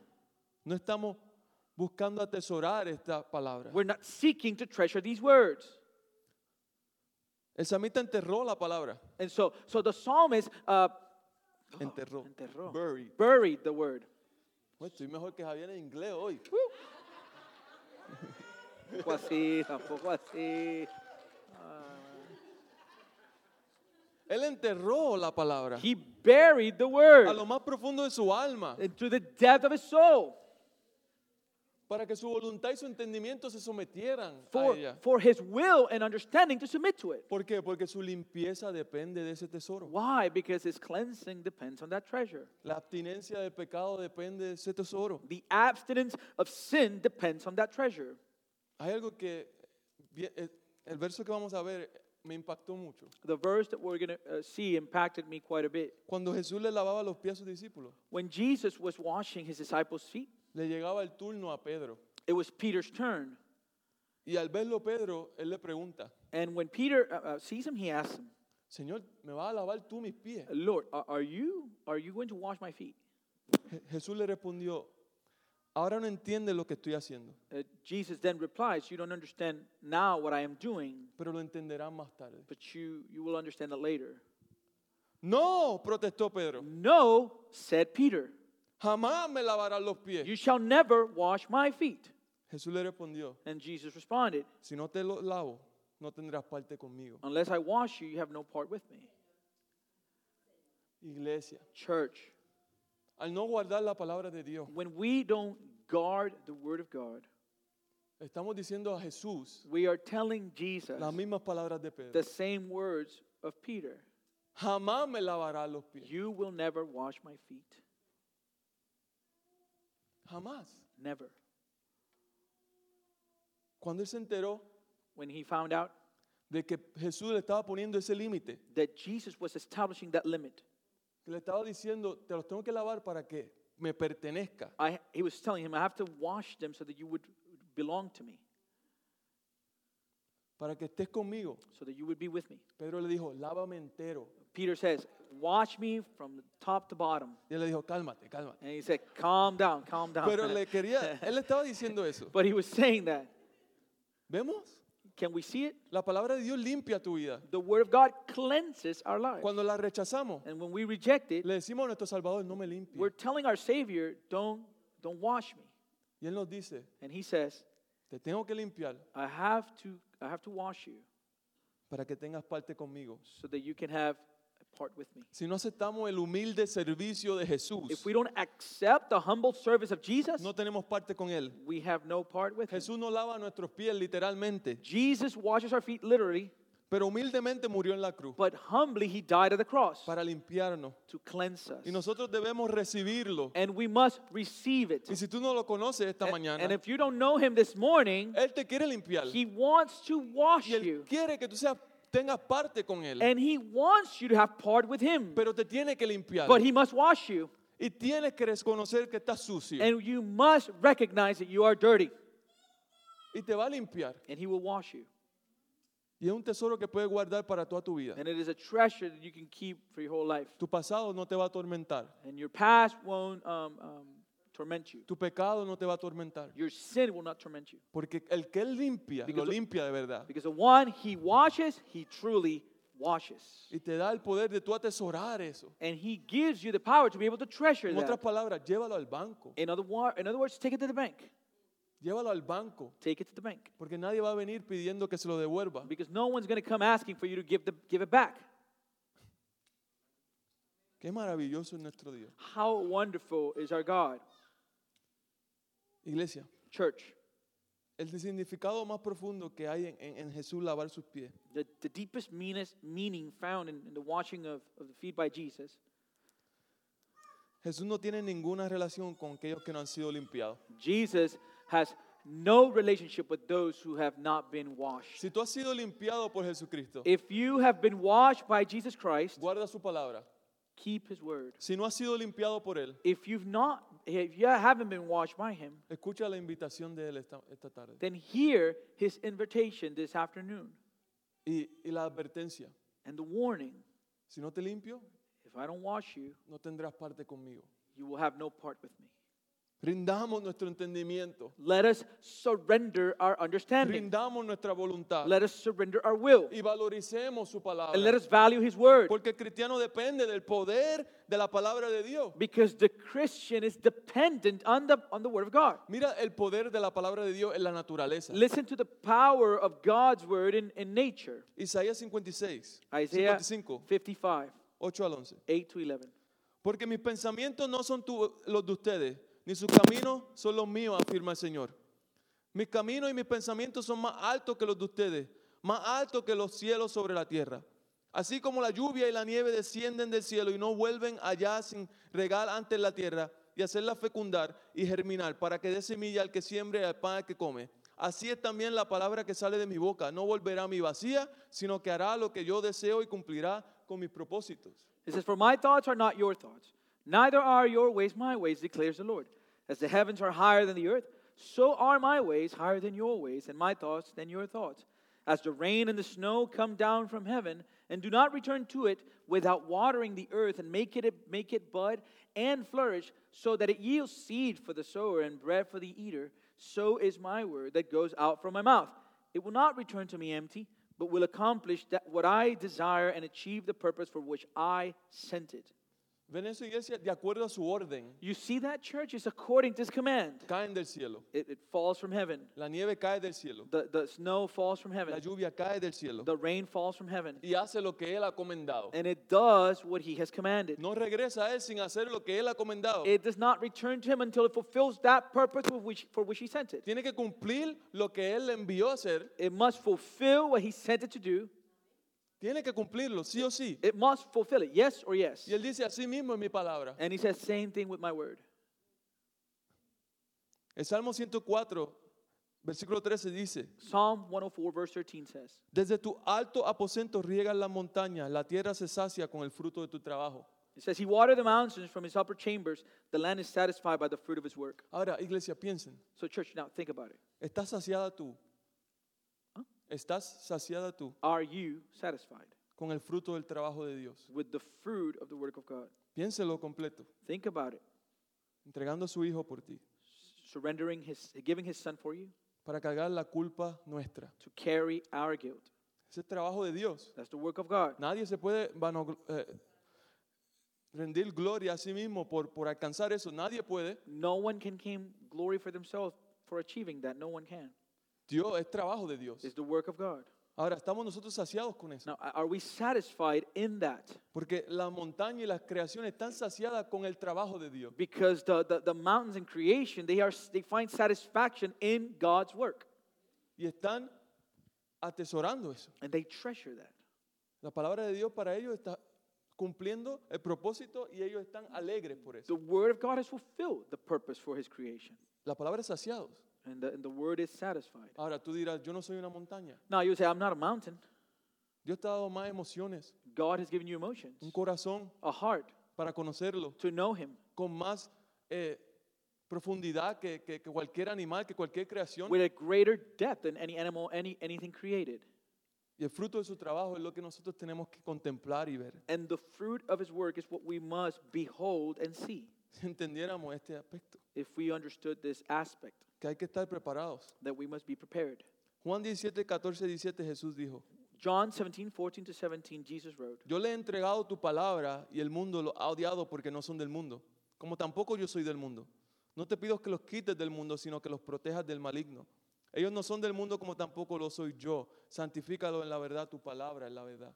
Speaker 2: no estamos buscando atesorar esta palabra.
Speaker 3: we're not seeking to treasure these words.
Speaker 2: El samita enterró la palabra.
Speaker 3: And so, so the psalmist uh,
Speaker 2: Enterró.
Speaker 3: enterró.
Speaker 2: Buried.
Speaker 3: buried the word.
Speaker 2: Bueno, Estoy mejor que Javier en inglés hoy.
Speaker 3: Tampoco así, tampoco así.
Speaker 2: Él enterró la palabra
Speaker 3: He buried the
Speaker 2: a
Speaker 3: word
Speaker 2: lo más profundo de su alma
Speaker 3: into the depth of his soul
Speaker 2: para que su voluntad y su entendimiento se sometieran a
Speaker 3: for,
Speaker 2: ella.
Speaker 3: for his will and understanding to submit to it.
Speaker 2: ¿Por qué? Porque su limpieza depende de ese tesoro.
Speaker 3: Why? Because his cleansing depends on that treasure.
Speaker 2: La abstinencia del pecado depende de ese tesoro.
Speaker 3: The abstinence of sin depends on that treasure.
Speaker 2: Hay algo que bien, eh, el verso que vamos a ver me impactó mucho.
Speaker 3: The verse that we're going to uh, see impacted me quite a bit.
Speaker 2: Cuando Jesús le lavaba los pies a sus discípulos,
Speaker 3: When Jesus was washing his disciples' feet,
Speaker 2: le llegaba el turno a Pedro.
Speaker 3: it was Peter's turn.
Speaker 2: Y al verlo Pedro, él le pregunta,
Speaker 3: And when Peter uh, uh, sees him, he asks him,
Speaker 2: Señor, ¿me vas a lavar tú mis pies?
Speaker 3: Lord, are, are you are you going to wash my feet?
Speaker 2: Je- Jesús le respondió, ahora no entiendes lo que estoy haciendo,
Speaker 3: Uh, Jesus then replies, You don't understand now what I am doing,
Speaker 2: pero lo entenderás más tarde.
Speaker 3: but you you will understand it later.
Speaker 2: No, protestó Pedro,
Speaker 3: No, said Peter,
Speaker 2: jamás me lavarás los pies.
Speaker 3: you shall never wash my feet.
Speaker 2: Jesús le respondió,
Speaker 3: And Jesus responded,
Speaker 2: si no te los lavo, no tendrás parte conmigo.
Speaker 3: Unless I wash you, you have no part with me.
Speaker 2: Iglesia,
Speaker 3: Church,
Speaker 2: al no guardar la palabra de Dios,
Speaker 3: when we don't guard the word of God,
Speaker 2: estamos diciendo a Jesús
Speaker 3: we are telling Jesus
Speaker 2: las mismas palabras de
Speaker 3: the
Speaker 2: Pedro.
Speaker 3: same words of Peter.
Speaker 2: Jamás me lavarás los pies.
Speaker 3: You will never wash my feet.
Speaker 2: Jamás.
Speaker 3: Never.
Speaker 2: Cuando él se enteró
Speaker 3: When he found out
Speaker 2: de que Jesús le estaba poniendo ese límite,
Speaker 3: that Jesus was establishing that limit,
Speaker 2: que le estaba diciendo, te los tengo que lavar para que me pertenezca.
Speaker 3: I, he was telling him, I have to wash them so that you would belong to me,
Speaker 2: para que estés conmigo.
Speaker 3: so that you would be with me.
Speaker 2: Pedro le dijo, lávame entero.
Speaker 3: Peter says, Watch me from top to bottom.
Speaker 2: Y él le dijo, cálmate, cálmate.
Speaker 3: And he said, Calm down, calm down.
Speaker 2: Pero le
Speaker 3: <laughs>
Speaker 2: quería, él le estaba diciendo eso.
Speaker 3: but he was saying that.
Speaker 2: ¿Vemos?
Speaker 3: Can we see it?
Speaker 2: La palabra de Dios limpia tu vida.
Speaker 3: The Word of God cleanses our lives.
Speaker 2: Cuando la rechazamos,
Speaker 3: And when we reject it,
Speaker 2: le decimos a nuestro Salvador, no me
Speaker 3: we're
Speaker 2: limpie.
Speaker 3: telling our Savior, Don't, don't wash me.
Speaker 2: Y él nos dice,
Speaker 3: And He says,
Speaker 2: te tengo que limpiar
Speaker 3: I have to, I have to wash you
Speaker 2: para que tengas parte conmigo.
Speaker 3: so that you can have a part with me.
Speaker 2: Si no aceptamos el humilde servicio de Jesús,
Speaker 3: If we don't accept the humble service of Jesus,
Speaker 2: no tenemos parte con él.
Speaker 3: we have no part with Him.
Speaker 2: Jesús no lava nuestros pies literalmente,
Speaker 3: Jesus washes our feet literally,
Speaker 2: pero humildemente murió en la cruz
Speaker 3: but humbly He died at the cross
Speaker 2: para limpiarnos.
Speaker 3: to cleanse us.
Speaker 2: Y nosotros debemos recibirlo.
Speaker 3: And we must receive it.
Speaker 2: Y si tú no lo conoces esta
Speaker 3: And,
Speaker 2: mañana,
Speaker 3: and if you don't know Him this morning,
Speaker 2: Él te quiere limpiar.
Speaker 3: He wants to wash
Speaker 2: Y Él
Speaker 3: you.
Speaker 2: quiere que tú seas, tengas parte con Él.
Speaker 3: And He wants you to have part with Him.
Speaker 2: Pero te tiene que limpiar.
Speaker 3: But He must wash you.
Speaker 2: Y tienes que reconocer que estás sucio.
Speaker 3: And you must recognize that you are dirty.
Speaker 2: Y te va a limpiar.
Speaker 3: And He will wash you.
Speaker 2: Y es un tesoro que puedes guardar para toda tu vida.
Speaker 3: And it is a treasure that you can keep for your whole life.
Speaker 2: Tu pasado no te va a atormentar.
Speaker 3: And your past won't um, um, torment you.
Speaker 2: Tu pecado no te va a atormentar.
Speaker 3: Your sin will not torment you.
Speaker 2: Porque el que Él limpia, lo
Speaker 3: Because-
Speaker 2: limpia de verdad.
Speaker 3: Because the one He washes, He truly washes.
Speaker 2: Y te da el poder de tú atesorar eso.
Speaker 3: And He gives you the power to be able to treasure
Speaker 2: En otras
Speaker 3: that.
Speaker 2: palabras, llévalo al banco.
Speaker 3: In other, wa- in other words, take it to the bank.
Speaker 2: Llévalo al banco.
Speaker 3: Take it to the bank.
Speaker 2: Porque nadie va a venir pidiendo que se lo devuelva.
Speaker 3: Because no one's going to come asking for you to give, the, give it back.
Speaker 2: Qué maravilloso es nuestro Dios.
Speaker 3: How wonderful is our God,
Speaker 2: Iglesia,
Speaker 3: church.
Speaker 2: el significado más profundo que hay en, en- en Jesús lavar sus pies
Speaker 3: The, the deepest, meanest meaning found in, in the washing of, of the feet by Jesus.
Speaker 2: Jesús no tiene ninguna relación con aquellos que no han sido limpiados.
Speaker 3: Jesus has no relationship with those who have not been washed.
Speaker 2: Si tú has sido limpiado por Jesucristo,
Speaker 3: If you have been washed by Jesus Christ,
Speaker 2: guarda su palabra.
Speaker 3: keep his word.
Speaker 2: Si no has sido limpiado por Él,
Speaker 3: If you've not, if you haven't been washed by him,
Speaker 2: escucha la invitación de Él esta, esta tarde.
Speaker 3: then hear his invitation this afternoon
Speaker 2: Y, y la advertencia,
Speaker 3: and the warning.
Speaker 2: si no te limpio,
Speaker 3: If I don't wash you,
Speaker 2: no tendrás parte conmigo.
Speaker 3: you will have no part with me.
Speaker 2: Rindamos nuestro entendimiento,
Speaker 3: Let us surrender our understanding.
Speaker 2: rindamos nuestra voluntad
Speaker 3: Let us surrender our will.
Speaker 2: y valoricemos su
Speaker 3: And let
Speaker 2: palabra.
Speaker 3: us value his word.
Speaker 2: Porque el cristiano depende del poder de la palabra de Dios.
Speaker 3: Because the Christian is dependent on the, on the word of God.
Speaker 2: Mira el poder de la palabra de Dios en la naturaleza.
Speaker 3: Listen to the power of God's word in, in nature.
Speaker 2: Isaías 56,
Speaker 3: Isaiah
Speaker 2: 55,
Speaker 3: 55,
Speaker 2: 8 al 11.
Speaker 3: 8 to 11.
Speaker 2: Porque mis pensamientos no son tu- los de ustedes, ni sus caminos son los míos, afirma el Señor. Mis caminos y mis pensamientos son más altos que los de ustedes, más altos que los cielos sobre la tierra. Así como la lluvia y la nieve descienden del cielo y no vuelven allá sin regar antes la tierra y hacerla fecundar y germinar para que dé semilla al que siembre y al pan al que come. Así es también la palabra que sale de mi boca. No volverá a mi vacía, sino que hará lo que yo deseo y cumplirá con mis propósitos.
Speaker 3: It says, For my thoughts are not your thoughts, neither are your ways my ways, declares the Lord. As the heavens are higher than the earth, so are my ways higher than your ways, and my thoughts than your thoughts. As the rain and the snow come down from heaven, and do not return to it without watering the earth and make it, make it bud and flourish, so that it yields seed for the sower and bread for the eater, so is my word that goes out from my mouth. It will not return to me empty, but will accomplish that what I desire and achieve the purpose for which I sent it.
Speaker 2: Ven eso, iglesia, de acuerdo a su orden,
Speaker 3: You see that, church? It's according to this command.
Speaker 2: caen del cielo.
Speaker 3: It, it falls from heaven.
Speaker 2: La nieve cae del cielo.
Speaker 3: The, the snow falls from
Speaker 2: La
Speaker 3: heaven.
Speaker 2: lluvia cae del cielo.
Speaker 3: The rain falls from heaven.
Speaker 2: Y hace lo que Él ha comendado.
Speaker 3: And it does what he has commanded.
Speaker 2: No regresa a Él sin hacer lo que Él ha comendado.
Speaker 3: It does not return to him until it fulfills that purpose for which, for which he sent it.
Speaker 2: Tiene que cumplir lo que Él le envió a hacer.
Speaker 3: It must fulfill what he sent it to do.
Speaker 2: Tiene que cumplirlo, sí o sí.
Speaker 3: It must fulfill it, yes or yes.
Speaker 2: Y Él dice, así mismo es mi palabra.
Speaker 3: And he says, same thing with my word.
Speaker 2: El Salmo 104, versículo 13 dice,
Speaker 3: Psalm 104, verse 13 says,
Speaker 2: desde tu alto aposento riegas las montañas, la tierra se sacia con el fruto de tu trabajo.
Speaker 3: It says, He watered the mountains from his upper chambers. The land is satisfied by the fruit of his work.
Speaker 2: Ahora, iglesia, piensen,
Speaker 3: So, church, now think about it.
Speaker 2: ¿estás saciada tú? ¿Estás saciada tú?
Speaker 3: Are you satisfied?
Speaker 2: con el fruto del trabajo de Dios.
Speaker 3: with the fruit of the work of God.
Speaker 2: Piénselo completo,
Speaker 3: Think about it.
Speaker 2: entregando a su Hijo por ti,
Speaker 3: Surrendering his giving his son for you
Speaker 2: para cargar la culpa nuestra.
Speaker 3: to carry our guilt.
Speaker 2: Ese es trabajo de Dios.
Speaker 3: That's the work of God.
Speaker 2: Nadie se puede vano- eh, rendir gloria a sí mismo por, por alcanzar eso. Nadie puede.
Speaker 3: No one can claim glory for themselves for achieving that. No one can.
Speaker 2: Dios es trabajo de Dios.
Speaker 3: It's the work of God.
Speaker 2: Ahora, estamos nosotros saciados con eso.
Speaker 3: Now, a- are we satisfied in that?
Speaker 2: Porque la montaña y las creaciones están saciadas con el trabajo de Dios.
Speaker 3: Because the, the, the mountains in creation, they, are, they find satisfaction in God's work.
Speaker 2: Y están atesorando eso.
Speaker 3: And they treasure that.
Speaker 2: La palabra de Dios para ellos está cumpliendo el propósito y ellos están alegres por eso.
Speaker 3: The word of God has fulfilled the purpose for his creation.
Speaker 2: La palabra es saciados.
Speaker 3: And the, and the word is satisfied.
Speaker 2: Ahora tú dirás, yo no soy una montaña.
Speaker 3: Now you say, I'm not a mountain.
Speaker 2: Dios te ha dado más emociones,
Speaker 3: God has given you emotions,
Speaker 2: un corazón
Speaker 3: a heart
Speaker 2: para conocerlo,
Speaker 3: to know him
Speaker 2: con más eh, profundidad que, que- que cualquier animal, que cualquier creación.
Speaker 3: with a greater depth than any animal, any, anything created.
Speaker 2: Y el fruto de su trabajo es lo que nosotros tenemos que contemplar y ver. <laughs>
Speaker 3: And the fruit of his work is what we must behold and see
Speaker 2: Si entendiéramos este aspecto,
Speaker 3: if we understood this aspect,
Speaker 2: que hay que estar preparados.
Speaker 3: that we must be prepared.
Speaker 2: Juan 17, 14, 17 Jesús dijo,
Speaker 3: John 17, 14 to 17, Jesus wrote,
Speaker 2: Yo le he entregado tu palabra y el mundo lo ha odiado porque no son del mundo, como tampoco yo soy del mundo. No te pido que los quites del mundo, sino que los protejas del maligno. Ellos no son del mundo como tampoco lo soy yo. Santifícalo en la verdad, tu palabra es la verdad.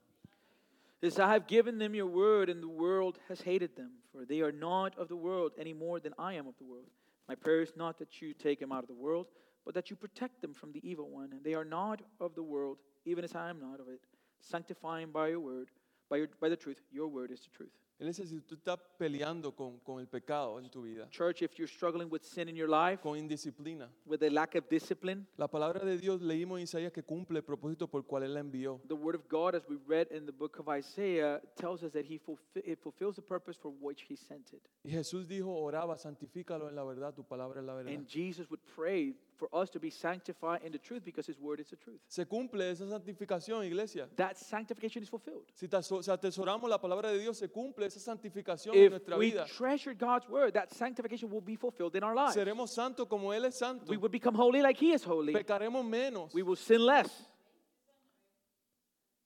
Speaker 3: This I have given them your word, and the world has hated them, for they are not of the world any more than I am of the world. My prayer is not that you take them out of the world, but that you protect them from the evil one. And they are not of the world, even as I am not of it. Sanctify them by your word, by, your, by the truth. Your word is the truth.
Speaker 2: Él dice, si tú estás peleando con, con el pecado en tu vida,
Speaker 3: Church, if you're struggling with sin in your life,
Speaker 2: con indisciplina,
Speaker 3: with a lack of discipline,
Speaker 2: la palabra de Dios leímos en Isaías que cumple el propósito por el cual Él la envió.
Speaker 3: the word of God, as we read in the book of Isaiah, tells us that he fulfi- it fulfills the purpose for which he sent it.
Speaker 2: Y Jesús dijo, oraba, santifícalo en la verdad, tu palabra es la verdad.
Speaker 3: And Jesus would pray for us to be sanctified in the truth because his word is the truth.
Speaker 2: Se cumple esa santificación, iglesia.
Speaker 3: That sanctification is fulfilled.
Speaker 2: Si taso- si atesoramos la palabra de Dios, se cumple esa santificación en
Speaker 3: If
Speaker 2: nuestra
Speaker 3: we
Speaker 2: vida.
Speaker 3: treasure God's word, that sanctification will be fulfilled in our lives.
Speaker 2: Seremos santos como Él es santo.
Speaker 3: We will become holy like he is holy.
Speaker 2: Pecaremos menos
Speaker 3: We will sin less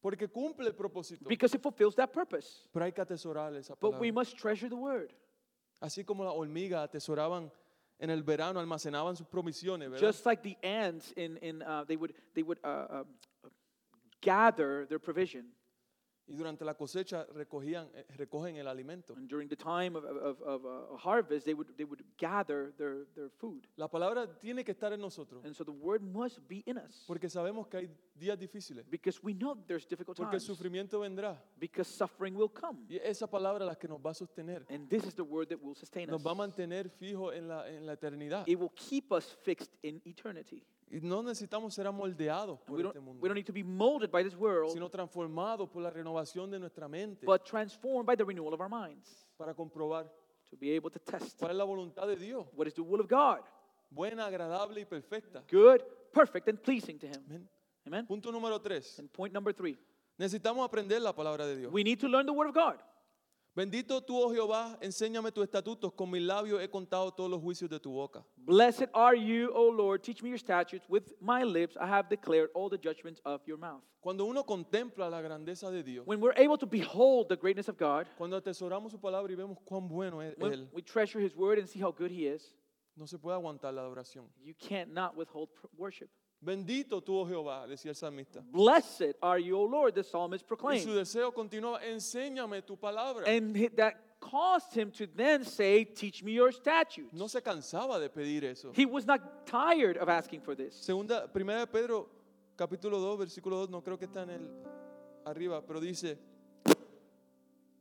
Speaker 2: porque cumple el propósito.
Speaker 3: because it fulfills that purpose.
Speaker 2: Pero hay que atesorar esa
Speaker 3: But we
Speaker 2: palabra.
Speaker 3: must treasure the word.
Speaker 2: Así como las hormigas atesoraban en el verano, almacenaban sus provisiones, ¿verdad?
Speaker 3: Just like the ants in, in uh, they would they would uh, uh, gather their provision,
Speaker 2: y durante la cosecha recogían, eh, recogen el alimento.
Speaker 3: and during the time of, of, of uh, harvest, they would they would gather their, their food.
Speaker 2: La palabra tiene que estar en nosotros
Speaker 3: And so the word must be in us.
Speaker 2: porque sabemos que hay días difíciles,
Speaker 3: Because we know there's difficult
Speaker 2: porque el
Speaker 3: times.
Speaker 2: sufrimiento vendrá.
Speaker 3: Because suffering will come.
Speaker 2: Y esa palabra es la que nos va a sostener,
Speaker 3: And this is the word that will sustain us.
Speaker 2: nos va a mantener fijos en la, en la eternidad.
Speaker 3: It will keep us fixed in eternity.
Speaker 2: Y no necesitamos ser amoldeados
Speaker 3: And
Speaker 2: por
Speaker 3: we,
Speaker 2: este
Speaker 3: don't, we
Speaker 2: mundo,
Speaker 3: don't need to be molded by this world,
Speaker 2: sino transformados por la renovación de nuestra mente
Speaker 3: but transformed by the renewal of our minds
Speaker 2: para comprobar
Speaker 3: to be able to test
Speaker 2: cuál es la voluntad de Dios,
Speaker 3: what is the will of God
Speaker 2: buena, agradable y perfecta.
Speaker 3: good, perfect, and pleasing to Him.
Speaker 2: Amén.
Speaker 3: Amen.
Speaker 2: Punto número tres.
Speaker 3: And point number three
Speaker 2: Necesitamos aprender la palabra de Dios.
Speaker 3: we need to learn the word of God.
Speaker 2: Bendito tú, oh Jehová, enséñame tus estatutos. Con mis labios he contado todos los juicios de tu boca.
Speaker 3: Blessed are you, O Lord. Teach me your statutes. With my lips I have declared all the judgments of your mouth.
Speaker 2: Cuando uno contempla la grandeza de Dios,
Speaker 3: When we're able to behold the greatness of God,
Speaker 2: cuando atesoramos su palabra y vemos cuán bueno es
Speaker 3: when
Speaker 2: Él,
Speaker 3: we treasure his word and see how good he is,
Speaker 2: no se puede aguantar la adoración.
Speaker 3: you can't not withhold pr- worship.
Speaker 2: Bendito tú, oh Jehová, decía el salmista.
Speaker 3: Blessed are you, O Lord, the psalmist
Speaker 2: Y su
Speaker 3: proclaimed.
Speaker 2: deseo continuaba, enséñame tu palabra.
Speaker 3: And hi- that caused him to then say, Teach me your statutes.
Speaker 2: No se cansaba de pedir eso.
Speaker 3: He was not tired of asking for this.
Speaker 2: Segunda, primera de Pedro, capítulo 2, versículo 2, no creo que está en el arriba, pero dice,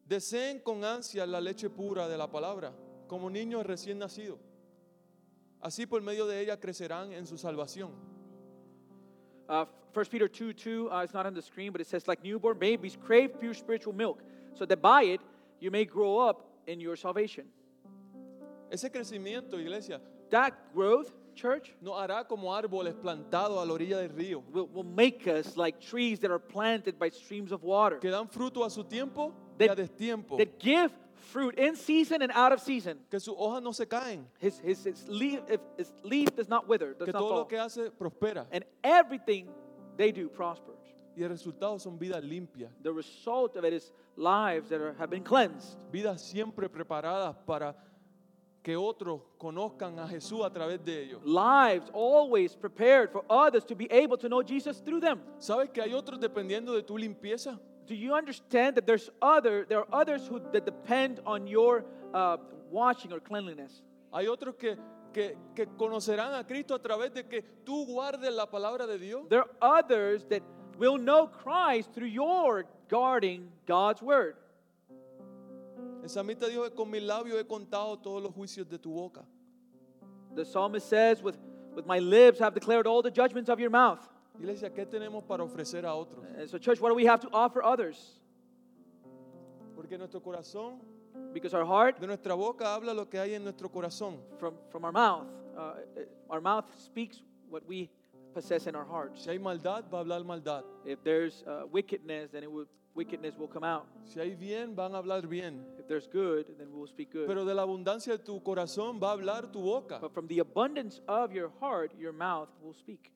Speaker 2: deseen con ansia la leche pura de la palabra, como niños recién nacidos. Así por medio de ella crecerán en su salvación.
Speaker 3: Uh, 1 Peter 2 2, uh, it's not on the screen, but it says, Like newborn babies, crave pure spiritual milk, so that by it you may grow up in your salvation.
Speaker 2: Ese crecimiento, iglesia,
Speaker 3: That growth church,
Speaker 2: Nos hará como árboles plantados a la orilla del río,
Speaker 3: will, will make us like trees that are planted by streams of water,
Speaker 2: que dan fruto a su tiempo y a
Speaker 3: that,
Speaker 2: destiempo,
Speaker 3: that give fruit in season and out of season.
Speaker 2: que sus hojas no se caen,
Speaker 3: His, his, his, leaf, if, his leaf does not wither, does
Speaker 2: que
Speaker 3: not
Speaker 2: todo
Speaker 3: fall.
Speaker 2: lo que hace prospera
Speaker 3: And everything they do prospers.
Speaker 2: y el resultado son vidas limpias,
Speaker 3: The result of it is lives that are, have been cleansed.
Speaker 2: vidas siempre preparadas para que otros conozcan a Jesús a través de ellos.
Speaker 3: lives always prepared for others to be able to know Jesus through them.
Speaker 2: ¿Sabes que hay otros dependiendo de tu limpieza?
Speaker 3: Do you understand that there's other there are others who that depend on your uh, washing or cleanliness?
Speaker 2: Hay otros que, que, que conocerán a Cristo a través de que tú guardes la palabra de Dios.
Speaker 3: There are others that will know Christ through your guarding God's word.
Speaker 2: El salmista dijo que con mis labios he contado todos los juicios de tu boca.
Speaker 3: The psalmist says, "With with my lips have declared all the judgments of your mouth."
Speaker 2: Iglesia, ¿qué tenemos para ofrecer a otros?
Speaker 3: And so, church, what do we have to offer others?
Speaker 2: Porque nuestro corazón,
Speaker 3: Because our heart
Speaker 2: de nuestra boca habla lo que hay en nuestro corazón.
Speaker 3: from from our mouth, uh, our mouth speaks what we possess in our hearts.
Speaker 2: Si hay maldad, va a hablar maldad.
Speaker 3: If there's uh, wickedness, then it will, wickedness will come out.
Speaker 2: Si hay bien, van a hablar bien.
Speaker 3: If there's good, then we will speak good.
Speaker 2: Pero de la abundancia de tu corazón va a hablar tu boca.
Speaker 3: but from the abundance of your heart, your mouth will speak.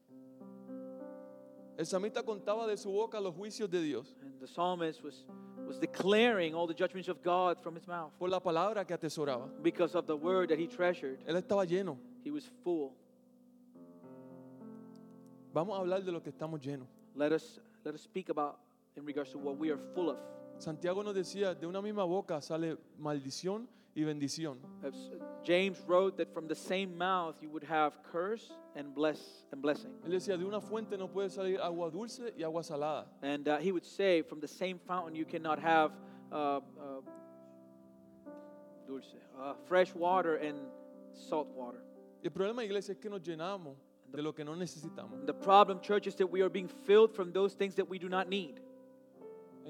Speaker 2: El samita contaba de su boca los juicios de Dios
Speaker 3: And the psalmist was, was declaring all the judgments of God from his mouth
Speaker 2: por la palabra que atesoraba.
Speaker 3: because of the word that he treasured.
Speaker 2: Él estaba lleno.
Speaker 3: He was full.
Speaker 2: Vamos a hablar de lo que estamos llenos.
Speaker 3: Let us, let us speak about in regards to what we are full of.
Speaker 2: Santiago nos decía, de una misma boca sale maldición y bendición.
Speaker 3: As James wrote that from the same mouth you would have curse and bless and blessing.
Speaker 2: Él decía, de una fuente no puede salir agua dulce y agua salada.
Speaker 3: And uh, he would say, from the same fountain you cannot have uh, uh, dulce, uh, fresh water and salt water.
Speaker 2: El problema, iglesia, es que nos llenamos de lo que no necesitamos.
Speaker 3: The problem, church, is that we are being filled from those things that we do not need.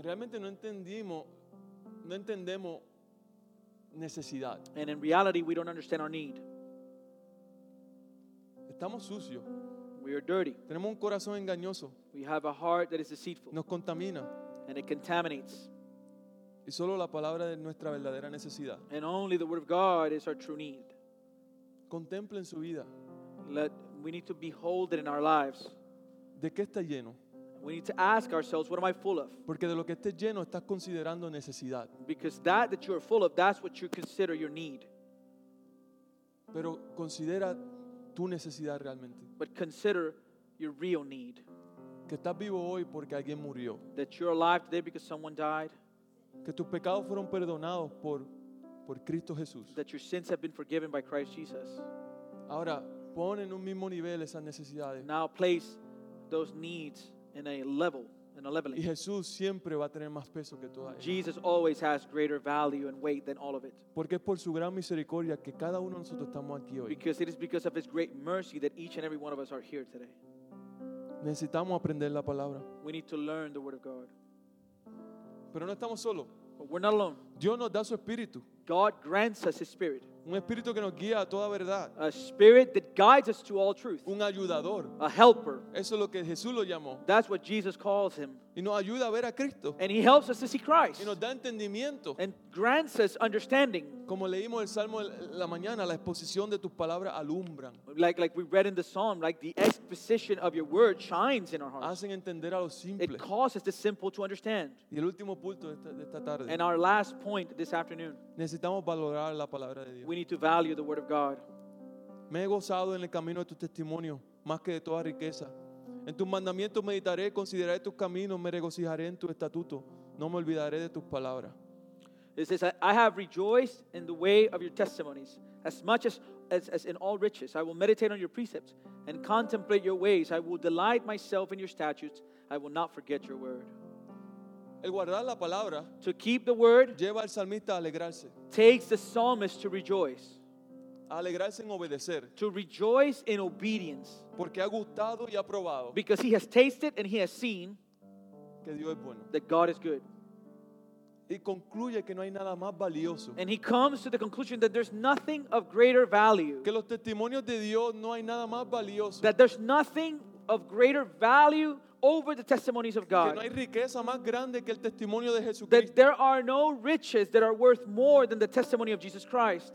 Speaker 2: Realmente no entendimos, no entendemos necesidad.
Speaker 3: And in reality, we don't understand our need.
Speaker 2: Estamos sucios,
Speaker 3: We are dirty.
Speaker 2: tenemos un corazón engañoso,
Speaker 3: We have a heart that is deceitful
Speaker 2: nos contamina.
Speaker 3: and it contaminates.
Speaker 2: Y solo la palabra es nuestra verdadera necesidad.
Speaker 3: And only the Word of God is our true need.
Speaker 2: Contemplen su vida.
Speaker 3: Let, we need to behold it in our lives.
Speaker 2: ¿De qué está lleno?
Speaker 3: We need to ask ourselves, what am I full of?
Speaker 2: Porque de lo que estés lleno estás considerando necesidad.
Speaker 3: Because that that you are full of, that's what you consider your need.
Speaker 2: Pero considera tu necesidad realmente.
Speaker 3: but consider your real need.
Speaker 2: Que estás vivo hoy porque alguien murió.
Speaker 3: That you're alive today because someone died,
Speaker 2: Que tus pecados fueron perdonados por, por Cristo Jesús.
Speaker 3: that your sins have been forgiven by Christ Jesus.
Speaker 2: Ahora, pon en un mismo nivel esas necesidades.
Speaker 3: Now place those needs in a level, in a
Speaker 2: Y
Speaker 3: leveling.
Speaker 2: Jesús siempre va a tener más peso que todas ellas.
Speaker 3: Jesus always has greater value and weight than all of it.
Speaker 2: Porque es por su gran misericordia que cada uno de nosotros estamos aquí hoy.
Speaker 3: Because it is because of his great mercy that each and every one of us are here today.
Speaker 2: Necesitamos aprender la palabra.
Speaker 3: We need to learn the word of God.
Speaker 2: Pero no estamos solos.
Speaker 3: But we're not alone.
Speaker 2: Dios nos da su espíritu.
Speaker 3: God grants us his spirit,
Speaker 2: Un espíritu que nos guía a toda verdad.
Speaker 3: a spirit that guides us to all truth,
Speaker 2: Un ayudador.
Speaker 3: a helper.
Speaker 2: Eso es lo que Jesús lo llamó.
Speaker 3: That's what Jesus calls him.
Speaker 2: Y nos ayuda a ver a Cristo.
Speaker 3: And he helps us to see Christ.
Speaker 2: Y nos da entendimiento.
Speaker 3: and grants us understanding.
Speaker 2: Como leímos el Salmo en la mañana, la exposición de tus palabras alumbran.
Speaker 3: Like, like we read in the psalm, like the exposition of your word shines in our hearts.
Speaker 2: Hacen entender a los
Speaker 3: It
Speaker 2: simples.
Speaker 3: causes the simple to understand.
Speaker 2: Y el último punto de esta, de esta tarde.
Speaker 3: And our last point this afternoon,
Speaker 2: Necesitamos valorar la palabra de Dios.
Speaker 3: we need to value the word of God.
Speaker 2: Me he gozado en el camino de tu testimonio, más que de toda riqueza. En tus mandamientos meditaré, consideraré tus caminos, me regocijaré en tu estatuto. No me olvidaré de tus palabras.
Speaker 3: It says, I have rejoiced in the way of your testimonies, as much as, as, as in all riches. I will meditate on your precepts and contemplate your ways. I will delight myself in your statutes. I will not forget your word.
Speaker 2: El guardar la palabra
Speaker 3: To keep the word
Speaker 2: lleva al salmista a alegrarse,
Speaker 3: takes the psalmist to rejoice,
Speaker 2: a alegrarse en obedecer,
Speaker 3: to rejoice in obedience.
Speaker 2: porque ha gustado y ha probado
Speaker 3: Because he has tasted and he has seen
Speaker 2: que Dios es bueno.
Speaker 3: that God is good.
Speaker 2: y concluye que no hay nada más valioso.
Speaker 3: And he comes to the conclusion that there's nothing of greater value,
Speaker 2: Que los testimonios de Dios no hay nada más valioso.
Speaker 3: that there's nothing of greater value over the testimonies of
Speaker 2: Que no hay
Speaker 3: God,
Speaker 2: riqueza más grande que el testimonio de Jesucristo.
Speaker 3: that there are no riches that are worth more than the testimony of Jesus Christ,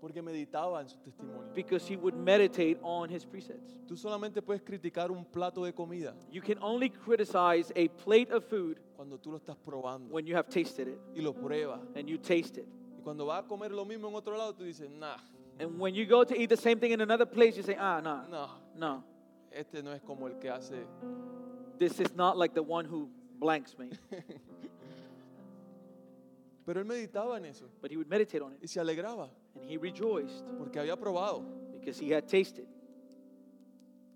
Speaker 2: Porque meditaba en su testimonio.
Speaker 3: because he would meditate on his precepts.
Speaker 2: Tú solamente puedes criticar un plato de comida
Speaker 3: You can only criticize a plate of food
Speaker 2: cuando tú lo estás probando
Speaker 3: when you have tasted it
Speaker 2: y lo pruebas.
Speaker 3: and you taste it.
Speaker 2: Y cuando vas a comer lo mismo en otro lado, tú dices, nah,
Speaker 3: And when you go to eat the same thing in another place, you say, ah, no, no,
Speaker 2: no,
Speaker 3: no.
Speaker 2: este no es como el que hace.
Speaker 3: This is not like the one who blanks me. <laughs>
Speaker 2: Pero él meditaba en eso
Speaker 3: But he would meditate on
Speaker 2: y
Speaker 3: it
Speaker 2: se alegraba
Speaker 3: and he rejoiced
Speaker 2: porque había probado.
Speaker 3: because he had tasted.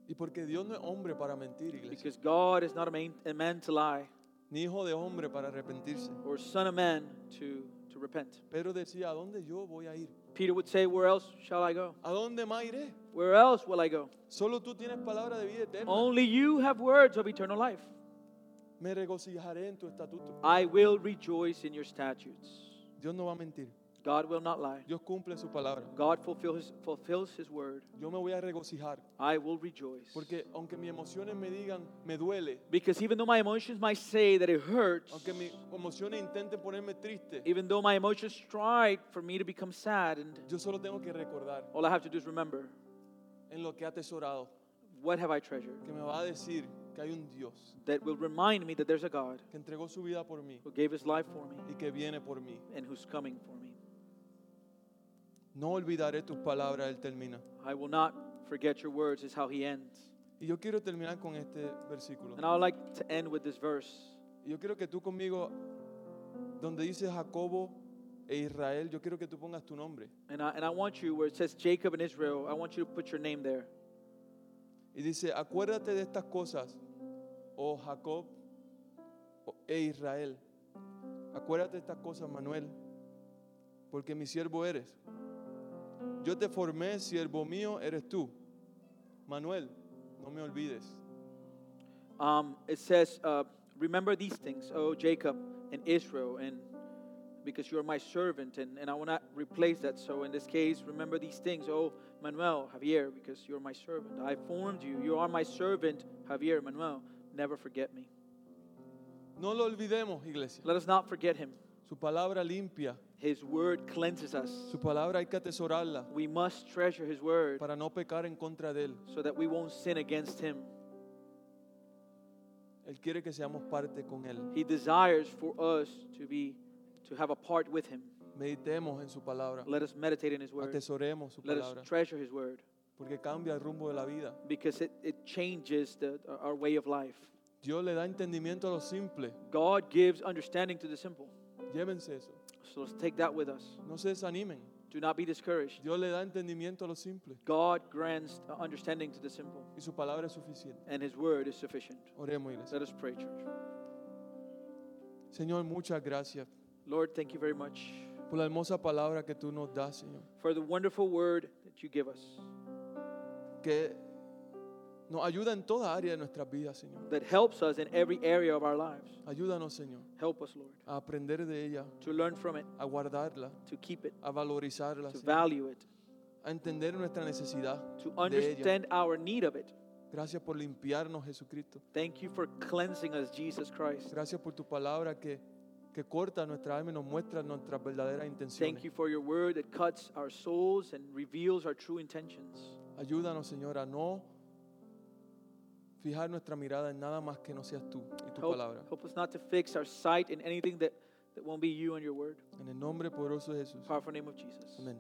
Speaker 2: Y porque Dios no es hombre para mentir, iglesia,
Speaker 3: Because God is not a man, a man to lie
Speaker 2: ni hijo de hombre para arrepentirse.
Speaker 3: or son of man to, to repent.
Speaker 2: Pedro decía, ¿a dónde yo voy a ir?
Speaker 3: Peter would say, Where else shall I go?
Speaker 2: ¿A dónde más iré?
Speaker 3: Where else will I go?
Speaker 2: Solo tú tienes palabra de vida eterna.
Speaker 3: Only you have words of eternal life.
Speaker 2: Me regocijaré en tu estatuto.
Speaker 3: I will rejoice in your statutes.
Speaker 2: Dios no va a mentir.
Speaker 3: God will not lie.
Speaker 2: Dios cumple su palabra.
Speaker 3: God fulfills his, fulfills his word.
Speaker 2: Yo me voy a regocijar
Speaker 3: I will rejoice.
Speaker 2: porque aunque mis emociones me digan, me duele,
Speaker 3: Because even though my emotions might say that it hurts,
Speaker 2: aunque mis emociones intenten ponerme triste,
Speaker 3: even though my emotions try for me to become saddened,
Speaker 2: yo solo tengo que recordar
Speaker 3: all I have to do is remember
Speaker 2: en lo que he atesorado,
Speaker 3: what have I treasured
Speaker 2: que me va a decir que hay un Dios
Speaker 3: that will remind me that there's a God
Speaker 2: que entregó su vida por mí
Speaker 3: who gave his life for me
Speaker 2: y que viene por mí.
Speaker 3: and who's coming for me.
Speaker 2: No olvidaré tus palabras, él termina.
Speaker 3: I will not forget your words, is how he ends.
Speaker 2: Y yo quiero terminar con este versículo.
Speaker 3: And I would like to end with this verse.
Speaker 2: Y Yo quiero que tú conmigo, donde dice Jacobo e Israel, yo quiero que tú pongas tu nombre.
Speaker 3: And I, and I want you, where it says Jacob and Israel, I want you to put your name there.
Speaker 2: Y dice, acuérdate de estas cosas, oh Jacob oh, e Israel. Acuérdate de estas cosas, Manuel, porque mi siervo eres. Yo te formé, siervo mío eres tú. Manuel, no me olvides.
Speaker 3: Um, it says, uh, Remember these things, O Jacob and Israel, and because you are my servant, and, and I will not replace that. So in this case, remember these things, O Manuel, Javier, because you are my servant. I formed you. You are my servant, Javier, Manuel. Never forget me.
Speaker 2: No lo olvidemos, iglesia.
Speaker 3: Let us not forget him.
Speaker 2: Su palabra limpia,
Speaker 3: His word cleanses us.
Speaker 2: su palabra hay que atesorarla
Speaker 3: We must treasure his word
Speaker 2: para no pecar en contra de él.
Speaker 3: so that we won't sin against him.
Speaker 2: Él quiere que seamos parte con él.
Speaker 3: He desires for us to be to have a part with him.
Speaker 2: Meditemos en su palabra,
Speaker 3: Let us meditate in his word.
Speaker 2: atesoremos su
Speaker 3: Let us
Speaker 2: palabra,
Speaker 3: treasure his word.
Speaker 2: porque cambia el rumbo de la vida.
Speaker 3: because it, it changes the, our way of life.
Speaker 2: Dios le da entendimiento a los simples.
Speaker 3: God gives understanding to the simple.
Speaker 2: Llévense eso.
Speaker 3: So let's take that with us.
Speaker 2: No se desanimen.
Speaker 3: Do not be discouraged.
Speaker 2: Dios le da entendimiento a los simples.
Speaker 3: God grants understanding to the simple,
Speaker 2: Y su palabra es suficiente.
Speaker 3: and His word is sufficient.
Speaker 2: Oremos, iglesia.
Speaker 3: Let us pray, church.
Speaker 2: Señor, muchas gracias
Speaker 3: Lord, thank you very much
Speaker 2: por la hermosa palabra que tú nos das, Señor.
Speaker 3: for the wonderful word that you give us
Speaker 2: Que nos ayuda en toda área de nuestras vidas, Señor.
Speaker 3: that helps us in every area of our lives.
Speaker 2: Ayúdanos, Señor,
Speaker 3: Help us, Lord,
Speaker 2: a aprender de ella,
Speaker 3: to learn from it,
Speaker 2: a guardarla,
Speaker 3: to keep it,
Speaker 2: a valorizarla,
Speaker 3: to
Speaker 2: Señor,
Speaker 3: value it,
Speaker 2: a entender nuestra necesidad
Speaker 3: to
Speaker 2: de ella.
Speaker 3: understand our need of it.
Speaker 2: Gracias por limpiarnos, Jesucristo.
Speaker 3: Thank you for cleansing us, Jesus Christ.
Speaker 2: Gracias por tu palabra que, que corta nuestra alma y nos muestra nuestras verdaderas intenciones.
Speaker 3: Thank you for your word that cuts our souls and reveals our true intentions.
Speaker 2: Ayúdanos, Señor, a no fijar nuestra mirada en nada más que no seas tú y tu
Speaker 3: Help,
Speaker 2: palabra.
Speaker 3: help us not to fix our sight in anything that, that won't be you and your word.
Speaker 2: En el nombre poderoso de Jesús.
Speaker 3: Powerful name of Jesus.
Speaker 2: Amén.